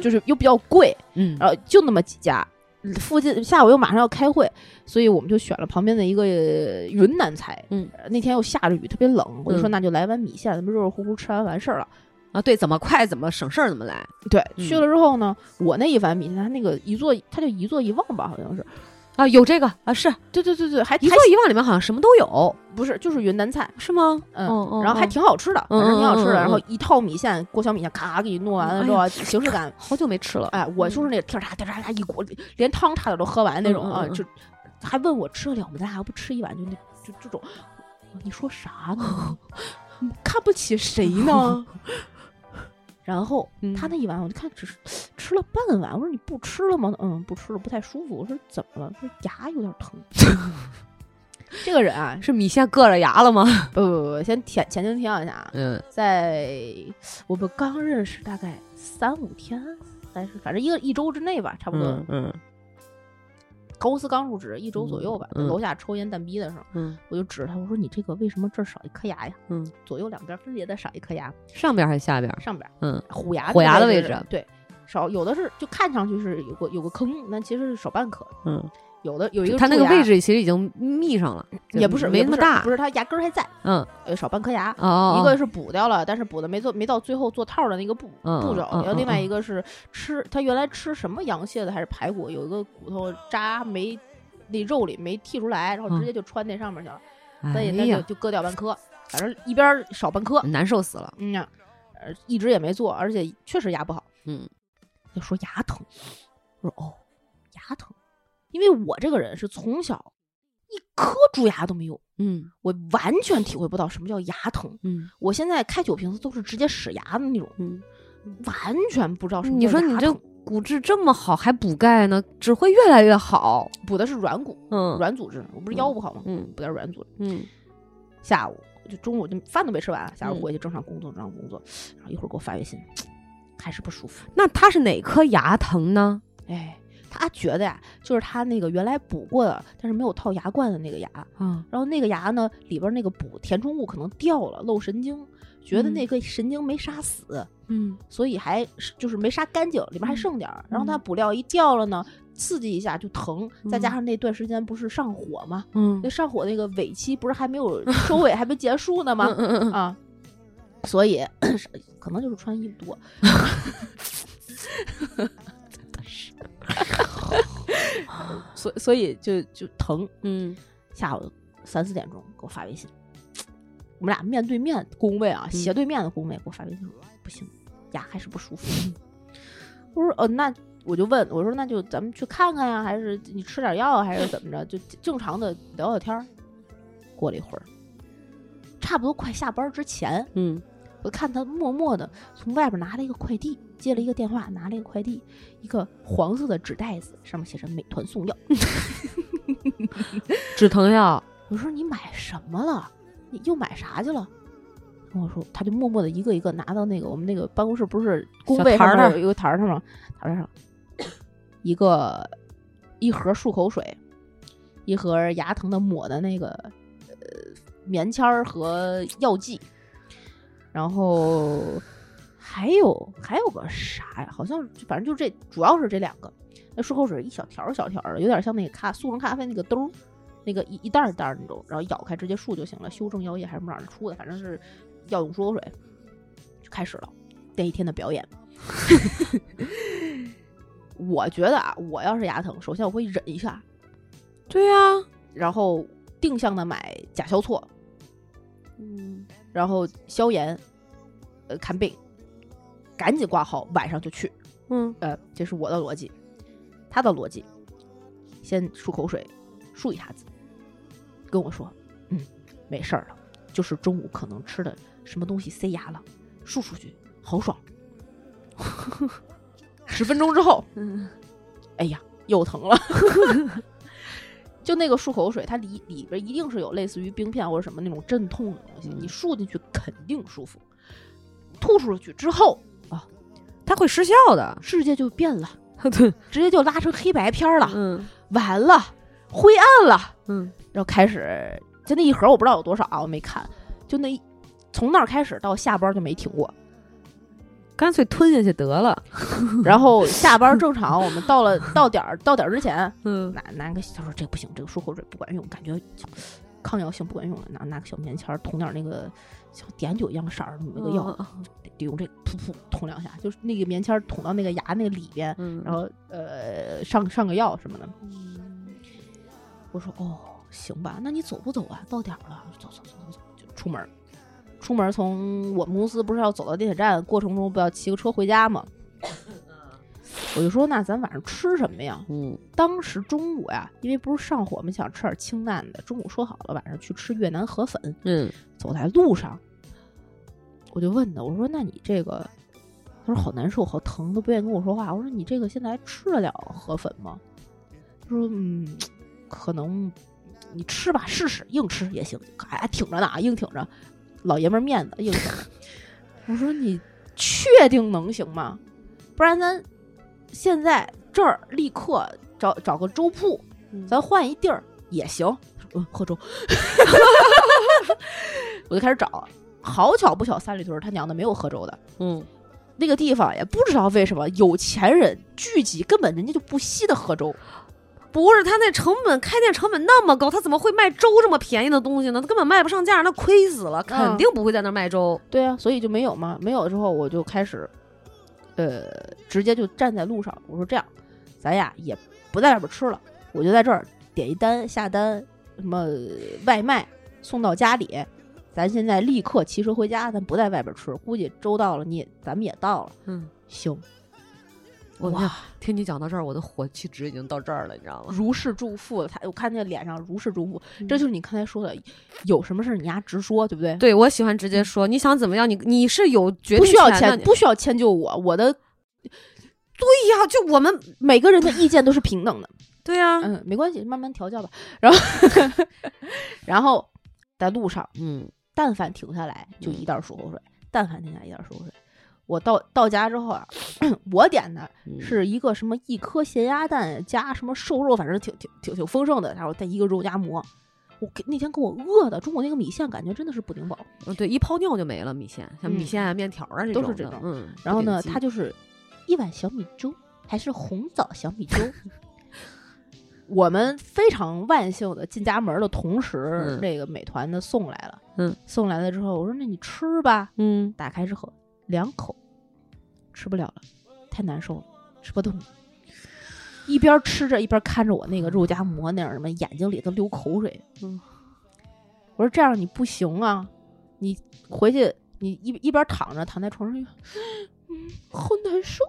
S1: 就是又比较贵，
S2: 嗯
S1: 然后呃就那么几家。附近下午又马上要开会，所以我们就选了旁边的一个呃云南菜。
S2: 嗯
S1: 呃，那天又下着雨，特别冷，我就说
S2: 嗯
S1: 那就来碗米线，咱们热热乎乎吃完完事儿了。
S2: 啊，对，怎么快怎么省事儿怎么来，
S1: 对，
S2: 嗯
S1: 去了之后呢，我那一碗米线，它那个一做它就一做一忘吧，好像是。
S2: 啊，有这个啊，是
S1: 对对对对，还
S2: 一
S1: 还
S2: 做一忘里面好像什么都有，
S1: 不是就是云南菜，
S2: 是吗？
S1: 嗯
S2: 哦哦
S1: 然后还
S2: 哦
S1: 挺好吃的，
S2: 嗯
S1: 反正挺好吃的。
S2: 嗯嗯嗯哎
S1: 然后一套米线，锅小米线，咔给你弄完了之后啊，形式感
S2: 好久没吃了，
S1: 哎，我就是那个跳嚓跳嚓嚓一锅，连汤差点都喝完那种啊
S2: 嗯嗯嗯，嗯
S1: 就还问我吃得了吗？咱俩要不吃一碗就那就这种，你说啥 呢？你看不起谁呢？然后
S2: 嗯
S1: 他那一碗，我就看只是吃了半碗，我说你不吃了吗？嗯，不吃了，不太舒服。我说怎么了？他说牙有点疼。 这个人啊，
S2: 是米线硌着牙了吗？
S1: 不不不，先前前情提要一下啊，
S2: 嗯
S1: 在我们刚认识大概三五天，还是反正一个一周之内吧，差不多。
S2: 嗯嗯
S1: 公司刚入职一周左右吧，
S2: 嗯嗯
S1: 楼下抽烟蛋逼的时候，
S2: 嗯，
S1: 我就指着他，我说你这个为什么这儿少一颗牙呀？
S2: 嗯，
S1: 左右两边分别的少一颗牙，
S2: 上边还是下边？
S1: 上边
S2: 嗯
S1: 虎牙
S2: 虎牙的
S1: 位
S2: 位置
S1: 对，少有的是就看上去是有个有个坑，但其实是少半颗，
S2: 嗯，
S1: 有的有一个
S2: 它那
S1: 蛀
S2: 个
S1: 牙
S2: 位置其实已经密上了，就
S1: 也不是
S2: 没
S1: 也
S2: 那
S1: 不
S2: 么
S1: 是
S2: 大
S1: 不，是它牙根儿还在，
S2: 嗯
S1: 呃，少半颗牙。
S2: 哦，
S1: 一个是补掉了，但是补的没做没到最后做套的那个步
S2: 嗯
S1: 步骤，
S2: 嗯
S1: 然后
S2: 嗯
S1: 另外
S2: 嗯
S1: 一个是吃他原来吃什么羊蟹的还是排骨，有一个骨头渣没那肉里没剔出来，然后直
S2: 嗯
S1: 接就穿那上面去了，
S2: 哎
S1: 所以那就
S2: 呀，
S1: 就割掉半颗，反正一边儿少半颗，
S2: 难受死了，
S1: 嗯呀，呃，一直也没做，而且确实牙不好，
S2: 嗯，
S1: 就说牙疼，我说哦，牙疼，因为我这个人是从小一颗蛀牙都没有，
S2: 嗯
S1: 我完全体会不到什么叫牙疼，
S2: 嗯
S1: 我现在开酒瓶子都是直接使牙的那种，
S2: 嗯，
S1: 完全不知道什么
S2: 你
S1: 叫牙
S2: 说
S1: 疼。
S2: 你这骨质这么好，还补钙呢，只会越来越好，
S1: 补的是软骨、
S2: 嗯
S1: 软组织，我不是腰不好吗？
S2: 嗯
S1: 补点软组织。
S2: 嗯
S1: 下午就中午就饭都没吃完，下午
S2: 嗯
S1: 回去正常工作，正常工作，然后一会儿给我发微信，还是不舒服。
S2: 那它是哪颗牙疼呢？
S1: 哎，他觉得呀，就是他那个原来补过的，但是没有套牙冠的那个牙，
S2: 啊，
S1: 然后那个牙呢里边那个补填充物可能掉了，漏神经，觉得
S2: 嗯
S1: 那个神经没杀死，
S2: 嗯
S1: 所以还是就是没杀干净，里面还
S2: 嗯
S1: 剩点儿。然后它
S2: 嗯
S1: 补料一掉了呢，刺激一下就疼，再加
S2: 嗯
S1: 上那段时间不是上火吗？
S2: 嗯
S1: 那上火那个尾期不是还没有收尾，还没结束呢吗？
S2: 嗯嗯，
S1: 啊，所以 可能就是穿衣服多。所所以就就疼，
S2: 嗯
S1: 下午三四点钟给我发微信，我们俩面对面工位啊，
S2: 嗯
S1: 斜对面的工位给我发微信，不行，牙还是不舒服。我说，呃，那我就问我说，那就咱们去看看呀、还是你吃点药啊，还是怎么着？就正常的聊聊天儿。过了一会儿，差不多快下班之前，
S2: 嗯
S1: 我看他默默的从外边拿了一个快递，接了一个电话，拿了一个快递，一个黄色的纸袋子，上面写着“美团送药”。
S2: 止疼药，
S1: 我说你买什么了？你又买啥去了？跟我说，他就默默的一个一个拿到那个我们那个办公室不是工
S2: 小
S1: 位
S2: 台
S1: 上
S2: 儿
S1: 面
S2: 那儿
S1: 有一个台儿上吗？台儿上一个一盒漱口水，一盒牙疼的抹的那个呃棉签儿和药剂，然后还有还有个啥呀？好像反正就这，主要是这两个。那漱口水一小条儿小条儿的，有点像那个咖速溶咖啡那个兜儿，那个一一袋儿一袋儿那种，然后咬开直接漱就行了。修正药液还是哪儿出的，反正是药用漱口水，就开始了那一天的表演。 我觉得啊，我要是牙疼，首先我会忍一下，
S3: 对呀、
S2: 啊
S1: 然后定向的买甲硝唑，
S2: 嗯，
S1: 然后消炎，呃，看病，赶紧挂号，晚上就去。
S2: 嗯，
S1: 呃，这是我的逻辑，他的逻辑，先漱口水，漱一下子，跟我说，嗯，没事儿了，就是中午可能吃的什么东西塞牙了，漱漱去，好爽。 十分钟之后，
S2: 嗯
S1: 哎呀，又疼了。 就那个漱口水，它里里边一定是有类似于冰片啊或者什么那种镇痛的东西，你漱进去肯定舒服，吐出去之后，
S3: 它会失效的。
S1: 世界就变了。
S2: 对，
S1: 直接就拉成黑白片儿了，
S2: 嗯
S1: 完了，灰暗了，
S2: 嗯，
S1: 然后开始就那一盒我不知道有多少啊，我没看，就那一从那儿开始到下班就没停过，
S2: 干脆吞下去得了。
S1: 然后下班正常，我们到了 到点儿到点儿之前，
S2: 嗯，
S1: 拿拿个他说这不行，这个漱口水不管用，感觉抗药性不管用了，拿拿个小棉签儿捅点儿那个像碘酒一样色儿的那个
S2: 嗯
S1: 药，得得用这个噗噗捅两下，就是那个棉签儿捅到那个牙那个里边，
S2: 嗯，
S1: 然后呃上上个药什么的。嗯我说哦，行吧，那你走不走啊？到点儿了，走走走走走，就出门儿。出门儿从我们公司不是要走到地铁站，过程中不要骑个车回家吗？我就说那咱晚上吃什么呀？
S2: 嗯
S1: 当时中午呀，因为不是上火嘛，想吃点清淡的。中午说好了晚上去吃越南河粉。
S2: 嗯
S1: 走在路上，我就问他，我说那你这个，他说好难受，好疼，都不愿意跟我说话。我说你这个现在还吃得了河粉吗？他说嗯，可能你吃吧，试试，硬吃也行，还挺着呢，啊，硬挺着，老爷们儿面子，硬挺着。 我说你确定能行吗？不然咱现在这儿立刻找找个粥铺，
S2: 嗯
S1: 咱换一地儿也行。他说嗯，喝粥。 我就开始找，好巧不巧，三里屯儿他娘的没有喝粥的。
S2: 嗯，
S1: 那个地方也不知道为什么有钱人聚集，根本人家就不稀的喝粥。
S2: 不是，他那成本开店成本那么高，他怎么会卖粥这么便宜的东西呢？他根本卖不上价，那亏死了，肯定不会在那儿卖粥。
S1: 对啊，所以就没有嘛。没有之后，我就开始，呃，直接就站在路上，我说这样，咱呀也不在外边吃了，我就在这儿点一单下单，什么外卖送到家里。咱现在立刻骑车回家，咱不在外边吃。估计周到了，你也咱们也到了。
S2: 嗯，
S1: 行，
S2: 我
S1: 哇
S2: 看听你讲到这儿，我的火气值已经到这儿了，你知道吗？
S1: 如释重负了。他我看那脸上如释重负，
S2: 嗯
S1: 这就是你刚才说的，有什么事儿你丫直说，对不对？
S2: 对，我喜欢直接说，你想怎么样？你你是有决
S1: 不
S2: 定
S1: 需要
S2: 权的
S1: 迁，
S2: 你
S1: 不需要迁就我，我的
S2: 对呀，就我们
S1: 每个人的意见都是平等的。
S2: 对啊呀，
S1: 嗯，没关系，慢慢调教吧。然后， 然后在路上，
S2: 嗯
S1: 但凡停下来就一
S2: 嗯
S1: 袋漱口水，但凡停下来一袋漱口水。我到到家之后啊， 我点的
S2: 嗯
S1: 是一个什么一颗咸鸭蛋加什么瘦肉，反正挺挺挺挺丰盛的，然后再一个肉夹馍。我给那天给我饿的，中午那个米线感觉真的是不顶饱。
S2: 嗯，对，一泡尿就没了，米线，像米线啊、面条啊这
S1: 都
S2: 种
S1: 是
S2: 的，
S1: 这种
S2: 嗯，
S1: 然后呢，
S2: 不顶
S1: 它就是一碗小米粥，还是红枣小米 粥。我们非常万幸的进家门的同时，
S2: 嗯
S1: 这个美团的送来了。
S2: 嗯，
S1: 送来了之后，我说那你吃吧。
S2: 级嗯，
S1: 打开之后，两口吃不了了，太难受了，吃不动了。一边吃着一边看着我那个肉夹馍那样什么，眼睛里都流口水。
S2: 嗯，
S1: 我说这样你不行啊，你回去你一一边躺着躺在床上， 嗯，好难受。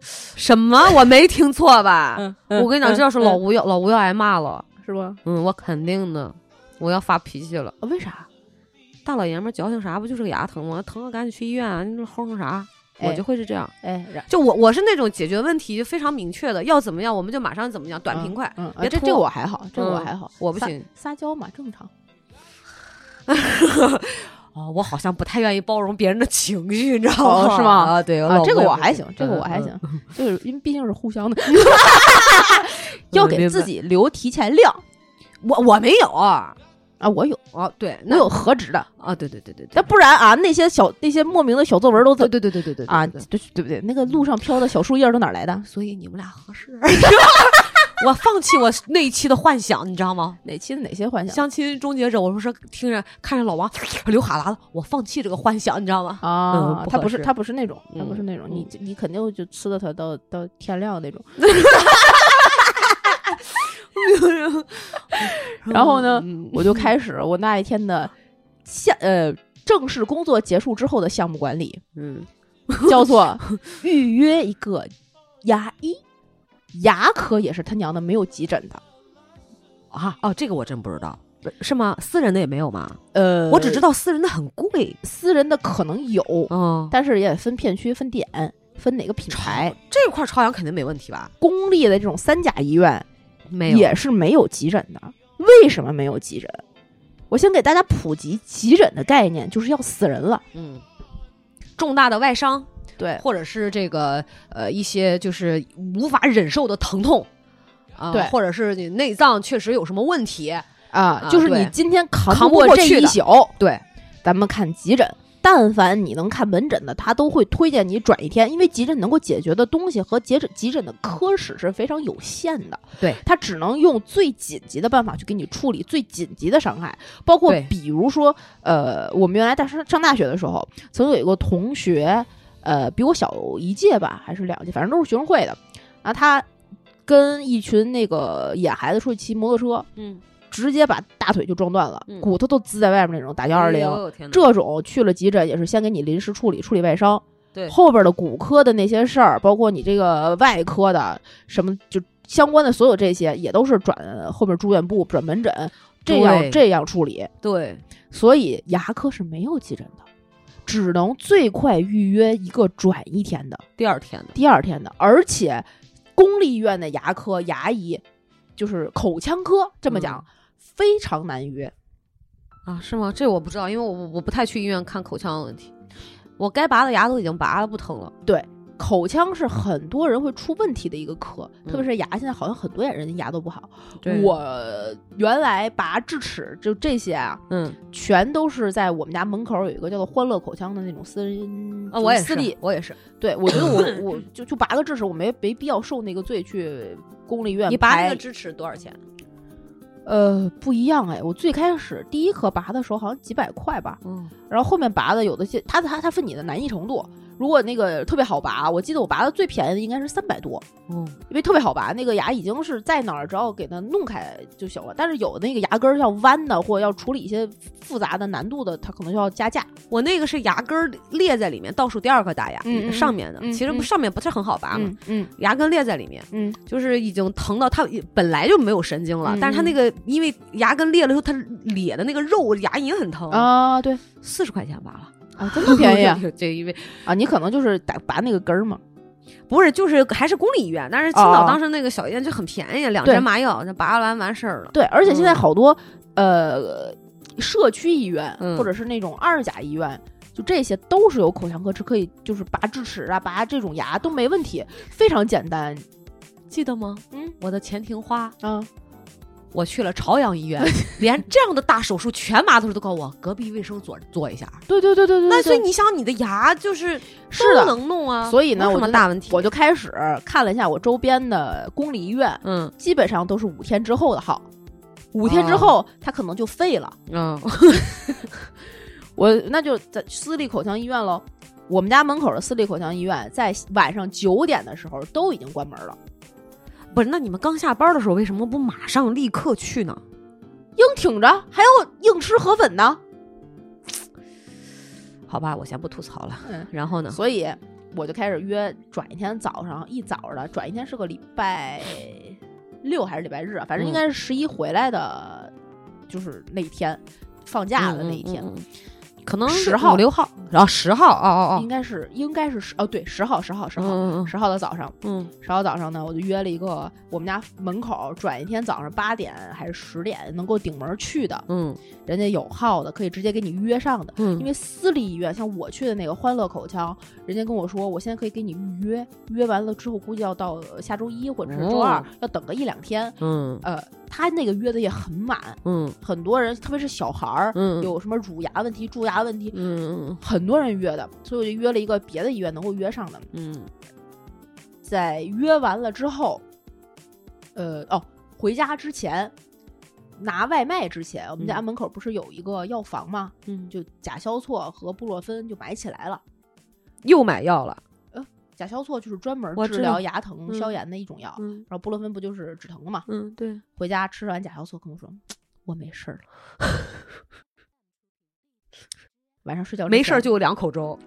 S2: 什么？我没听错吧？我跟你讲，这要是老
S1: 吴
S2: 吴要老吴要挨骂了，
S1: 是吧？
S2: 嗯，我肯定的，我要发脾气了。
S1: 啊为啥？
S2: 大老爷们儿矫情啥？不就是个牙疼吗？疼了赶紧去医院啊！你这齁成啥？
S1: 哎
S2: 我就会是这样，
S1: 哎，然
S2: 就我我是那种解决问题非常明确的，要怎么样我们就马上怎么样，短平快。
S1: 嗯，啊
S2: 别
S1: 这
S2: 拖
S1: 这我还好，这我
S2: 嗯
S1: 还好，
S2: 我不
S1: 撒
S2: 行，
S1: 撒娇嘛正常。
S2: 哦，我好像不太愿意包容别人的情绪，你知道
S1: 哦
S2: 吗？
S1: 是吗
S2: 啊，对，
S1: 啊
S2: 老，
S1: 这个
S2: 公也
S1: 我
S2: 不
S1: 还
S2: 行
S1: 行，这个我还。
S2: 嗯
S1: 行
S2: 嗯，
S1: 就是因为毕竟是互相的， 要给自己留提前量
S2: 我我没有啊，
S1: 啊。我有，
S2: 哦对，
S1: 我
S2: 那
S1: 有何值的，
S2: 啊，对对对对对
S1: 那，不然啊，那些小那些莫名的小作文都
S2: 对
S1: 怎
S2: 对对对对对
S1: 啊，
S2: 对嗯
S1: 对对不对？那个路上飘的小树叶都哪儿来的？
S2: 所以你们俩合适。啊 我放弃我那一期的幻想，你知道吗？
S1: 哪期的哪些幻想
S2: 相亲终结者，我说是听着看着老王 流哈喇子，我放弃这个幻想，你知道吗？
S1: 啊？
S2: 嗯不
S1: 他
S2: 合
S1: 不是
S2: 适
S1: 他不是那种，他不是
S2: 嗯
S1: 那种，你
S2: 嗯
S1: 就你肯定就吃的他到到天亮那种。然后呢
S2: 嗯
S1: 我就开始我那一天的项呃正式工作结束之后的项目管理，
S2: 嗯，
S1: 叫 做预约一个牙医，牙科也是他娘的没有急诊的。
S2: 啊哦，这个我真不知道，呃是吗？私人的也没有吗？
S1: 呃，
S2: 我只知道私人的很贵，
S1: 私人的可能有，
S2: 嗯，
S1: 但是也得分片区、分点、分哪个品牌。
S2: 这块朝阳肯定没问题吧？
S1: 公立的这种三甲医院
S2: 没有，
S1: 也是没有急诊的。为什么没有急诊？我先给大家普及急诊的概念，就是要死人了。
S2: 嗯，重大的外伤
S1: 对
S2: 或者是这个呃一些就是无法忍受的疼痛。啊、
S1: 对
S2: 或者是你内脏确实有什么问题，
S1: 啊
S2: 啊，
S1: 就是
S2: 对
S1: 你今天扛
S2: 扛不
S1: 过
S2: 过
S1: 这
S2: 去
S1: 一
S2: 的
S1: 宿，
S2: 对，
S1: 咱们看急诊。但凡你能看门诊的，他都会推荐你转一天，因为急诊能够解决的东西和急诊急诊的科室是非常有限的。
S2: 对，
S1: 他只能用最紧急的办法去给你处理最紧急的伤害，包括
S2: 对
S1: 比如说，呃，我们原来大上上大学的时候，曾经有一个同学，呃，比我小一届吧，还是两届，反正都是学生会的。然后他跟一群那个野孩子出去骑摩托车，
S2: 嗯，
S1: 直接把大腿就撞断了，
S2: 嗯
S1: 骨头都滋在外面那种，打幺二零。
S2: 哎呦天哪
S1: 这种去了急诊也是先给你临时处理处理外伤，
S2: 对
S1: 后边的骨科的那些事儿，包括你这个外科的什么就相关的所有这些，也都是转后边住院部转门诊这样
S2: 对
S1: 这样处理，
S2: 对
S1: 所以牙科是没有急诊的，只能最快预约一个转一天的。
S2: 第二天的，
S1: 第二天的，而且公立医院的牙科牙医就是口腔科，这么讲、
S2: 嗯
S1: 非常难约。
S2: 啊，是吗？这我不知道，因为我我我不太去医院看口腔的问题，我该拔的牙都已经拔了，不疼了。
S1: 口腔是很多人会出问题的一个科，
S2: 嗯
S1: 特别是牙，现在好像很多人牙都不好。
S2: 我
S1: 我原来拔智齿，就这些啊，
S2: 嗯
S1: 全都是在我们家门口有一个叫做“欢乐口腔”的那种私人
S2: 啊，我也
S1: 私
S2: 是
S1: 立，。
S2: 我也是，
S1: 对我觉得 我我就就拔个智齿，我没没必要受那个罪去公立医院
S2: 你拔那
S1: 排
S2: 个智齿多少钱？
S1: 呃，不一样哎！我最开始第一颗拔的时候好像几百块吧，
S2: 嗯，
S1: 然后后面拔的有的些，它它它分你的难易程度。如果那个特别好拔，我记得我拔的最便宜的应该是三百多，
S2: 哦，
S1: 因为特别好拔，那个牙已经是在那儿，只要给它弄开就行了。但是有的那个牙根儿要弯的，或者要处理一些复杂的难度的，它可能就要加价。
S2: 我那个是牙根儿裂在里面，倒数第二颗大牙、
S1: 嗯嗯
S2: 上面的，
S1: 嗯
S2: 其实
S1: 嗯
S2: 不上面不是很好拔嘛，
S1: 嗯
S2: 牙根裂在里面，
S1: 嗯
S2: 就是已经疼到它本来就没有神经了，
S1: 嗯
S2: 但是它
S1: 嗯
S2: 那个因为牙根裂了之后，它咧的那个肉牙龈很疼，
S1: 啊，对
S2: 四十块钱拔了，！
S1: 啊，这么 便宜啊
S2: 这因为
S1: 啊你可能就是打拔那个根儿嘛。
S2: 不是就是还是公立医院，但是青
S1: 哦
S2: 岛
S1: 哦
S2: 当时那个小医院就很便宜，两
S1: 对
S2: 针麻药就拔完完事儿了。
S1: 对，而且现在
S2: 嗯
S1: 好多、呃社区医院、
S2: 嗯
S1: 或者是那种二甲医院，就这些都是有口腔科是可以，就是拔智齿啊、拔这种牙都没问题，非常简单。
S2: 记得吗？
S1: 嗯
S2: 我的前庭花，
S1: 啊，
S2: 我去了朝 阳医院，连这样的大手术全麻都是都告我隔壁卫生所做一下。
S1: 对对对对对，
S2: 那所以
S1: 对
S2: 你想，你的牙就是
S1: 是
S2: 都
S1: 的。
S2: 能弄啊，
S1: 所以呢
S2: 没有
S1: 我
S2: 什么
S1: 就
S2: 大问题？
S1: 我就开始看了一下我周边的公立医院，
S2: 嗯
S1: 基本上都是五天之后的号，五天之
S2: 哦
S1: 后它可能就废了。
S2: 嗯，
S1: 我那就在私立口腔医院喽。我们家门口的私立口腔医院，在晚上九点的时候都已经关门了。
S2: 不是，那你们刚下班的时候为什么不马上立刻去呢？
S1: 硬挺着，还要硬吃河粉呢。
S2: 好吧，我先不吐槽了。
S1: 嗯，
S2: 然后呢？
S1: 所以我就开始约转一天早上一早的，转一天是个礼拜六还是礼拜日啊，反正应该是十一回来的，就是那一天放假的那一天。
S2: 嗯嗯嗯嗯可能
S1: 10号
S2: 五六号，然后十号，哦
S1: 应该是应该是十哦，对，十号，十号，十
S2: 哦
S1: 号，
S2: 哦，
S1: 十号的早上，
S2: 嗯嗯
S1: 十号早上呢，我就约了一个我们家门口转一天早上八点还是十点能够顶门去的，
S2: 嗯
S1: 人家有号的，可以直接给你约上的。
S2: 嗯
S1: 因为私立医院，像我去的那个欢乐口腔，人家跟我说，我现在可以给你预约，约完了之后估计要到呃下周一或者是周二，
S2: 哦
S1: 要等个一两天。
S2: 嗯
S1: 呃，他那个约的也很满，
S2: 嗯
S1: 很多人，特别是小孩儿，
S2: 嗯
S1: 有什么乳牙问题、蛀牙问题，
S2: 嗯
S1: 很多人约的，所以我就约了一个别的医院能够约上的。
S2: 嗯
S1: 在约完了之后，呃，哦，回家之前拿外卖之前，我们家
S2: 嗯
S1: 门口不是有一个药房吗？
S2: 嗯，就
S1: 就甲硝唑和布洛芬就买起来了。
S2: 又买药了，
S1: 甲硝唑就是专门
S2: 我
S1: 治
S2: 知
S1: 疗
S2: 道
S1: 牙疼、
S2: 嗯
S1: 消炎的一种药，
S2: 嗯
S1: 然后布洛芬不就是止疼的嘛？
S2: 嗯对，
S1: 回家吃完甲硝唑，跟我说嗯我没事儿了。 晚上睡觉之
S2: 没事儿
S1: 前
S2: 就有两口粥，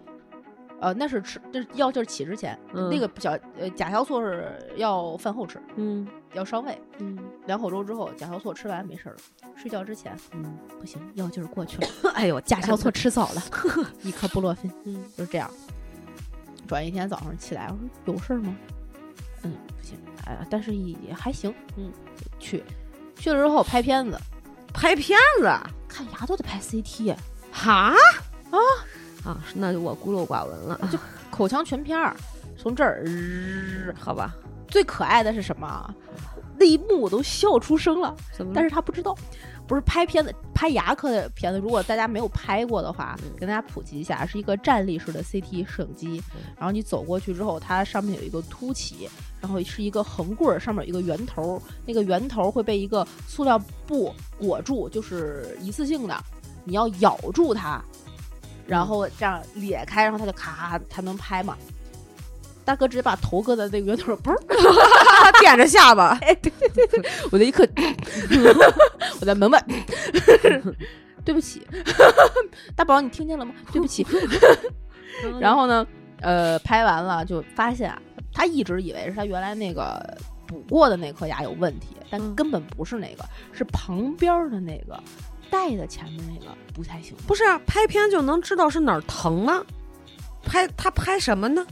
S1: 呃，那是吃，这是药劲儿起之前，
S2: 嗯
S1: 那个小呃甲硝唑是要饭后吃，
S2: 嗯
S1: 要伤胃。
S2: 嗯，
S1: 两口粥之后，甲硝唑吃完没事儿了，睡觉之前，嗯，不行，药劲儿过去了，
S2: 哎呦，
S1: 甲
S2: 甲
S1: 硝
S2: 硝
S1: 唑
S2: 唑，
S1: 吃早了，一颗布洛芬，
S2: 嗯
S1: 就是这样。转一天早上起来，我说有事儿吗？嗯，不行，哎呀，但是也还行，嗯，去，去了之后拍片子，
S2: 拍片子，
S1: 看牙都得拍 CT，
S2: 哈啊啊，那就我孤陋寡闻了，
S1: 口腔全片儿，从这儿、呃
S2: 好吧，
S1: 最可爱的是什么？那一幕我都笑出声了，
S2: 怎么
S1: 但
S2: 但
S1: 是他不知道，不是拍片子，拍牙科的片子。如果大家没有拍过的话，跟大家普及一下，是一个站立式的 CT 摄影机
S2: 嗯，
S1: 然后你走过去之后，它上面有一个凸起，然后是一个横棍儿，上面有一个圆头儿，那个圆头儿会被一个塑料布裹住，就是一次性的，你要咬住它，然后这样裂开，然后它就咔才能拍嘛。大哥直接把头搁在那个圆头儿，嘣儿
S2: 他点着下巴，
S1: 我那一刻， 我在门外， 对不起， 大宝，你听见了 吗？对不起。然
S2: 然后
S1: 后呢，呃，拍完了就发现啊，他一直以为是他原来那个补过的那颗牙有问题，但
S2: 嗯
S1: 根本不是那个，是旁边儿的那个带在前面那个不太行。
S2: 不是啊拍片就能知道是哪儿疼了，拍他拍什么呢？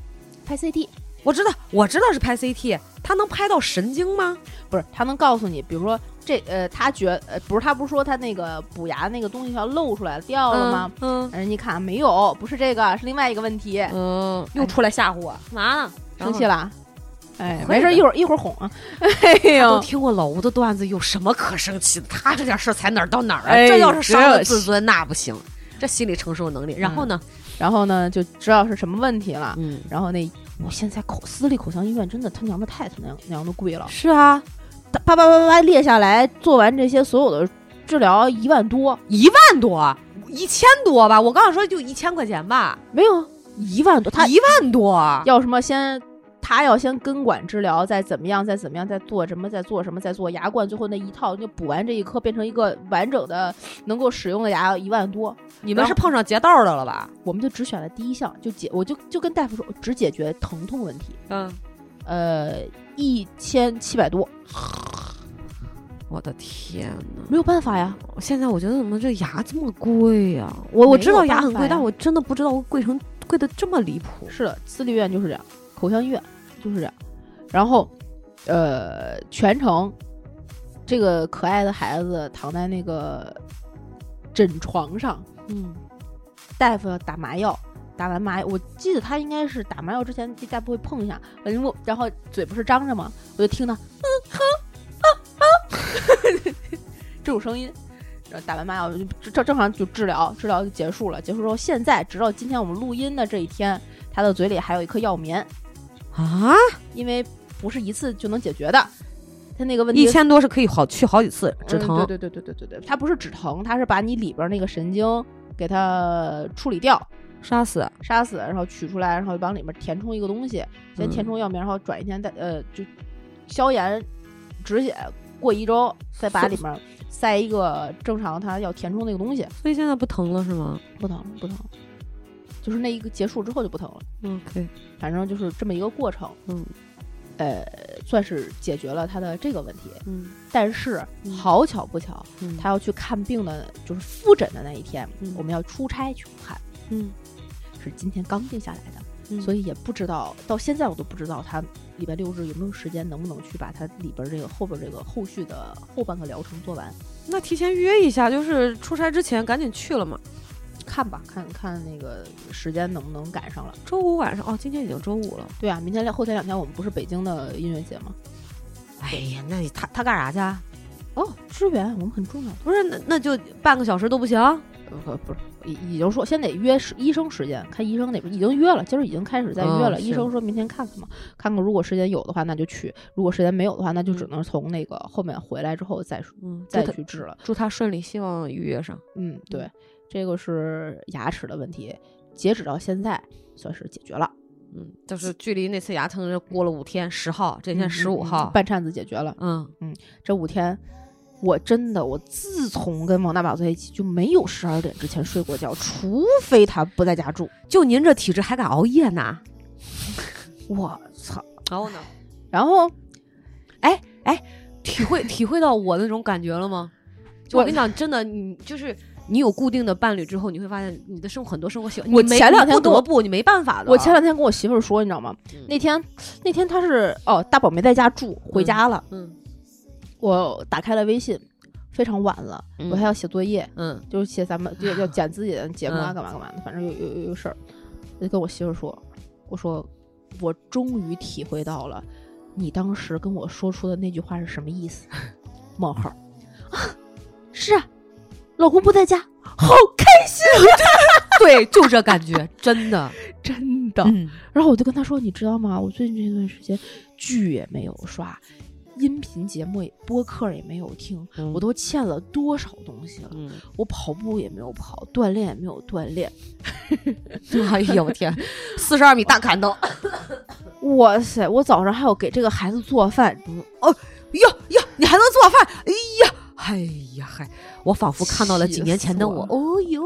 S1: 拍 CT
S2: 我知道，我知道是拍 CT，他能拍到神经吗？
S1: 不是他能告诉你，比如说这呃，他觉呃不是他不是说他那个补牙那个东西要露出来掉了吗？
S2: 嗯
S1: 人家一看没有，不是这个，是另外一个问题。
S2: 嗯，又出来吓唬我，嘛呢？
S1: 生气了？哎，
S2: 会
S1: 没事，
S2: 的
S1: 一会儿一会儿哄 啊。哎
S2: 都
S1: 呦，
S2: 听过老吴的段子，有什么可生气的？他这点事儿才哪儿到哪儿啊？
S1: 哎
S2: 这要是伤
S1: 这
S2: 了自尊，那不行，嗯这心理承受能力。然后呢？
S1: 然后呢，就知道是什么问题了。
S2: 嗯，
S1: 然后那我现在口私立口腔医院真的他娘的太他娘娘的贵了，
S2: 是啊，
S1: 他叭叭叭叭列下来，做完这些所有的治疗一万多，
S2: 一万多，一千多吧？我刚想说就一千块钱吧，
S1: 没有一万多，他
S2: 一万多，
S1: 要什么先。他要先根管治疗，再怎么样，再怎么样，再做什么，再做什么，再做牙冠，最后那一套就补完这一颗，变成一个完整的能够使用的牙，一万多。
S2: 你们是碰上劫道的了吧？
S1: 我们就只选了第一项，就解，我就就跟大夫说，只解决疼痛问题。
S2: 嗯，
S1: 呃，一千七百多，
S2: 我的天呐，
S1: 没有办法呀。
S2: 现在我觉得怎么这牙这么贵呀、我我
S1: 没
S2: 知
S1: 有
S2: 道牙
S1: 办
S2: 很
S1: 法
S2: 贵，
S1: 呀
S2: 但我真的不知道贵成贵的这么离谱。
S1: 是的，私立医院就是这样，口腔医院就是这样。然后，呃，全程这个可爱的孩子躺在那个枕床上，
S2: 嗯，
S1: 大夫要打麻药。打完麻药，我记得他应该是打麻药之前，大夫会碰一下，然后然后嘴不是张着吗？我就听到，嗯哼，啊啊， 这种声音。然后打完麻药就正正常就治疗，治疗就结束了。结束之后，现在直到今天我们录音的这一天，他的嘴里还有一颗药棉，
S2: 啊，
S1: 因为不是一次就能解决的。他那个问题
S2: 一千多是可以好去好几次止疼。
S1: 嗯对对对对对对对，它不是止疼，它是把你里边那个神经给它处理掉，
S2: 杀死。
S1: 杀死，然后取出来，然后往里面填充一个东西，先
S2: 嗯
S1: 填充药棉，然后转一天再呃就消炎止血，过一周再把
S2: 所
S1: 里面塞一个正常它要填充那个东西，
S2: 所以现在不疼了是吗
S1: 不疼不疼，就是那一个结束之后就不疼了，
S2: ？OK，
S1: 反正就是这么一个过程。
S2: 嗯，
S1: 呃，算是解决了他的这个问题。
S2: 嗯
S1: 但是
S2: 嗯
S1: 好巧不巧，
S2: 嗯
S1: 他要去看病的，就是复诊的那一天，
S2: 嗯
S1: 我们要出差去武汉，
S2: 嗯
S1: 是今天刚定下来的，
S2: 嗯
S1: 所以也不知道到现在我都不知道他礼拜六日有没有时间，能不能去把他里边这个后边这个后续的后半个疗程做完，
S3: 那提前预约一下，就是出差之前赶紧去了嘛。
S1: 看吧，看看那个时间能不能赶上了。
S3: 周五晚上哦，今天已经周五了，
S1: 对啊，明天两后天两天我们不是北京的音乐节吗？
S2: 哎呀，那你他他干啥去啊？
S1: 哦，支援我们很重要的。
S2: 不是，那那就半个小时都不行？
S1: 呃不不是，已已经说先得约时医生时间，看医生那边已经约了，今儿已经开始在约
S2: 嗯
S1: 了。医
S2: 是
S1: 生说明天看看嘛，看看如果时间有的话那就去，如果时间没有的话那就只
S2: 嗯
S1: 能从那个后面回来之后再
S2: 嗯，
S1: 再
S3: 他
S1: 去治了。
S3: 祝他顺利，希望预约上。
S1: 嗯，对，这个是牙齿的问题，截止到现在算是解决了，
S2: 嗯，就是距离那次牙疼这过了五天，十号，这
S1: 嗯
S2: 天十五号，
S1: 半扇子解决了。
S2: 嗯，
S1: 这五天，我真的我自从跟王大宝在一起就没有十二点之前睡过觉，除非他不在家住。
S2: 就您这体质还敢熬夜呢？
S1: 我操！
S2: 然后呢？
S1: 然后
S2: 体会体会到我那种感觉 了吗？就
S1: 我
S2: 我跟你讲，真的，你就是你有固定的伴侣之后，你会发现你的生活很多生活习惯，
S1: 我
S2: 你没
S1: 前两
S2: 你
S1: 天
S2: 不
S1: 跟我
S2: 得不，你没办法的。
S1: 我前两天跟我媳妇儿说，你知道吗？那天那天她是哦，大宝没在家住，回家了。
S2: 嗯嗯
S1: 我打开了微信，非常晚了，
S2: 嗯
S1: 我还要写作业，
S2: 嗯
S1: 就是写咱们就要剪自己的节目啊，
S2: 嗯
S1: 干嘛干嘛的，反正有有有有事儿，我就跟我媳妇儿说，我说我终于体会到了你当时跟我说出的那句话是什么意思，冒号啊，是啊，老公不在家，好开心，
S2: 对，就这感觉，真的，
S1: 真的。
S2: 嗯，
S1: 然后我就跟她说，你知道吗？我最近这段时间剧也没有刷。音频节目也、播客也没有听，我
S2: 我都
S1: 都欠了多少东西了？
S2: 嗯，
S1: 我跑步也没有跑，锻炼也没有锻炼，
S2: 哎呀，我天，四十二米大砍头，
S1: 哇塞！我早上还要给这个孩子做饭，
S2: 哟哟，你还能做饭？哎呀，哎呀嗨，我仿佛看到了几年前的我
S1: 气。死
S2: 哦哟，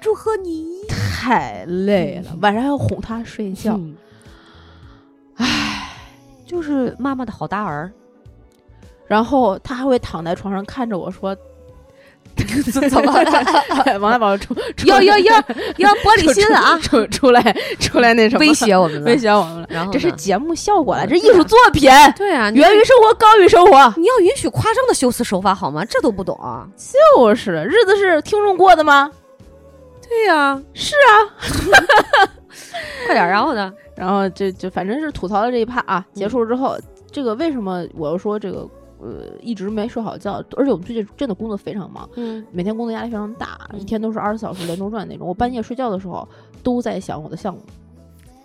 S2: 祝贺你！
S1: 太累了，晚上还要哄他睡觉。
S2: 嗯，唉，就是妈妈的好搭儿，
S1: 然后他还会躺在床上看着我 说
S2: 怎么 了？：“
S1: 哎王大宝出出
S2: 要要要要玻璃心了 啊！
S1: 出出来出来那什么
S2: 威胁我们了，
S1: 威胁我们了。”
S2: 然后
S1: 这是
S2: 呢
S1: 节目效果了，
S2: 嗯
S1: 这艺术作品，
S2: 对啊，你嗯
S1: 源于生活，高于生活。
S2: 你要允许夸张的修辞手法好吗？这都不懂啊？
S1: 就是日子是听众过的吗？
S2: 嗯对呀、是 啊，快点儿，然后呢？
S1: 然后这就反正是吐槽的这一趴
S2: 嗯
S1: 啊，结束之后，这个为什么我要说这个呃一直没睡好觉，而且我们最近真的工作非常忙，
S2: 嗯，
S1: 每天工作压力非常大，
S2: 嗯
S1: 一天都是二十四小时连轴转那种。我半夜睡觉的时候都在想我的项目，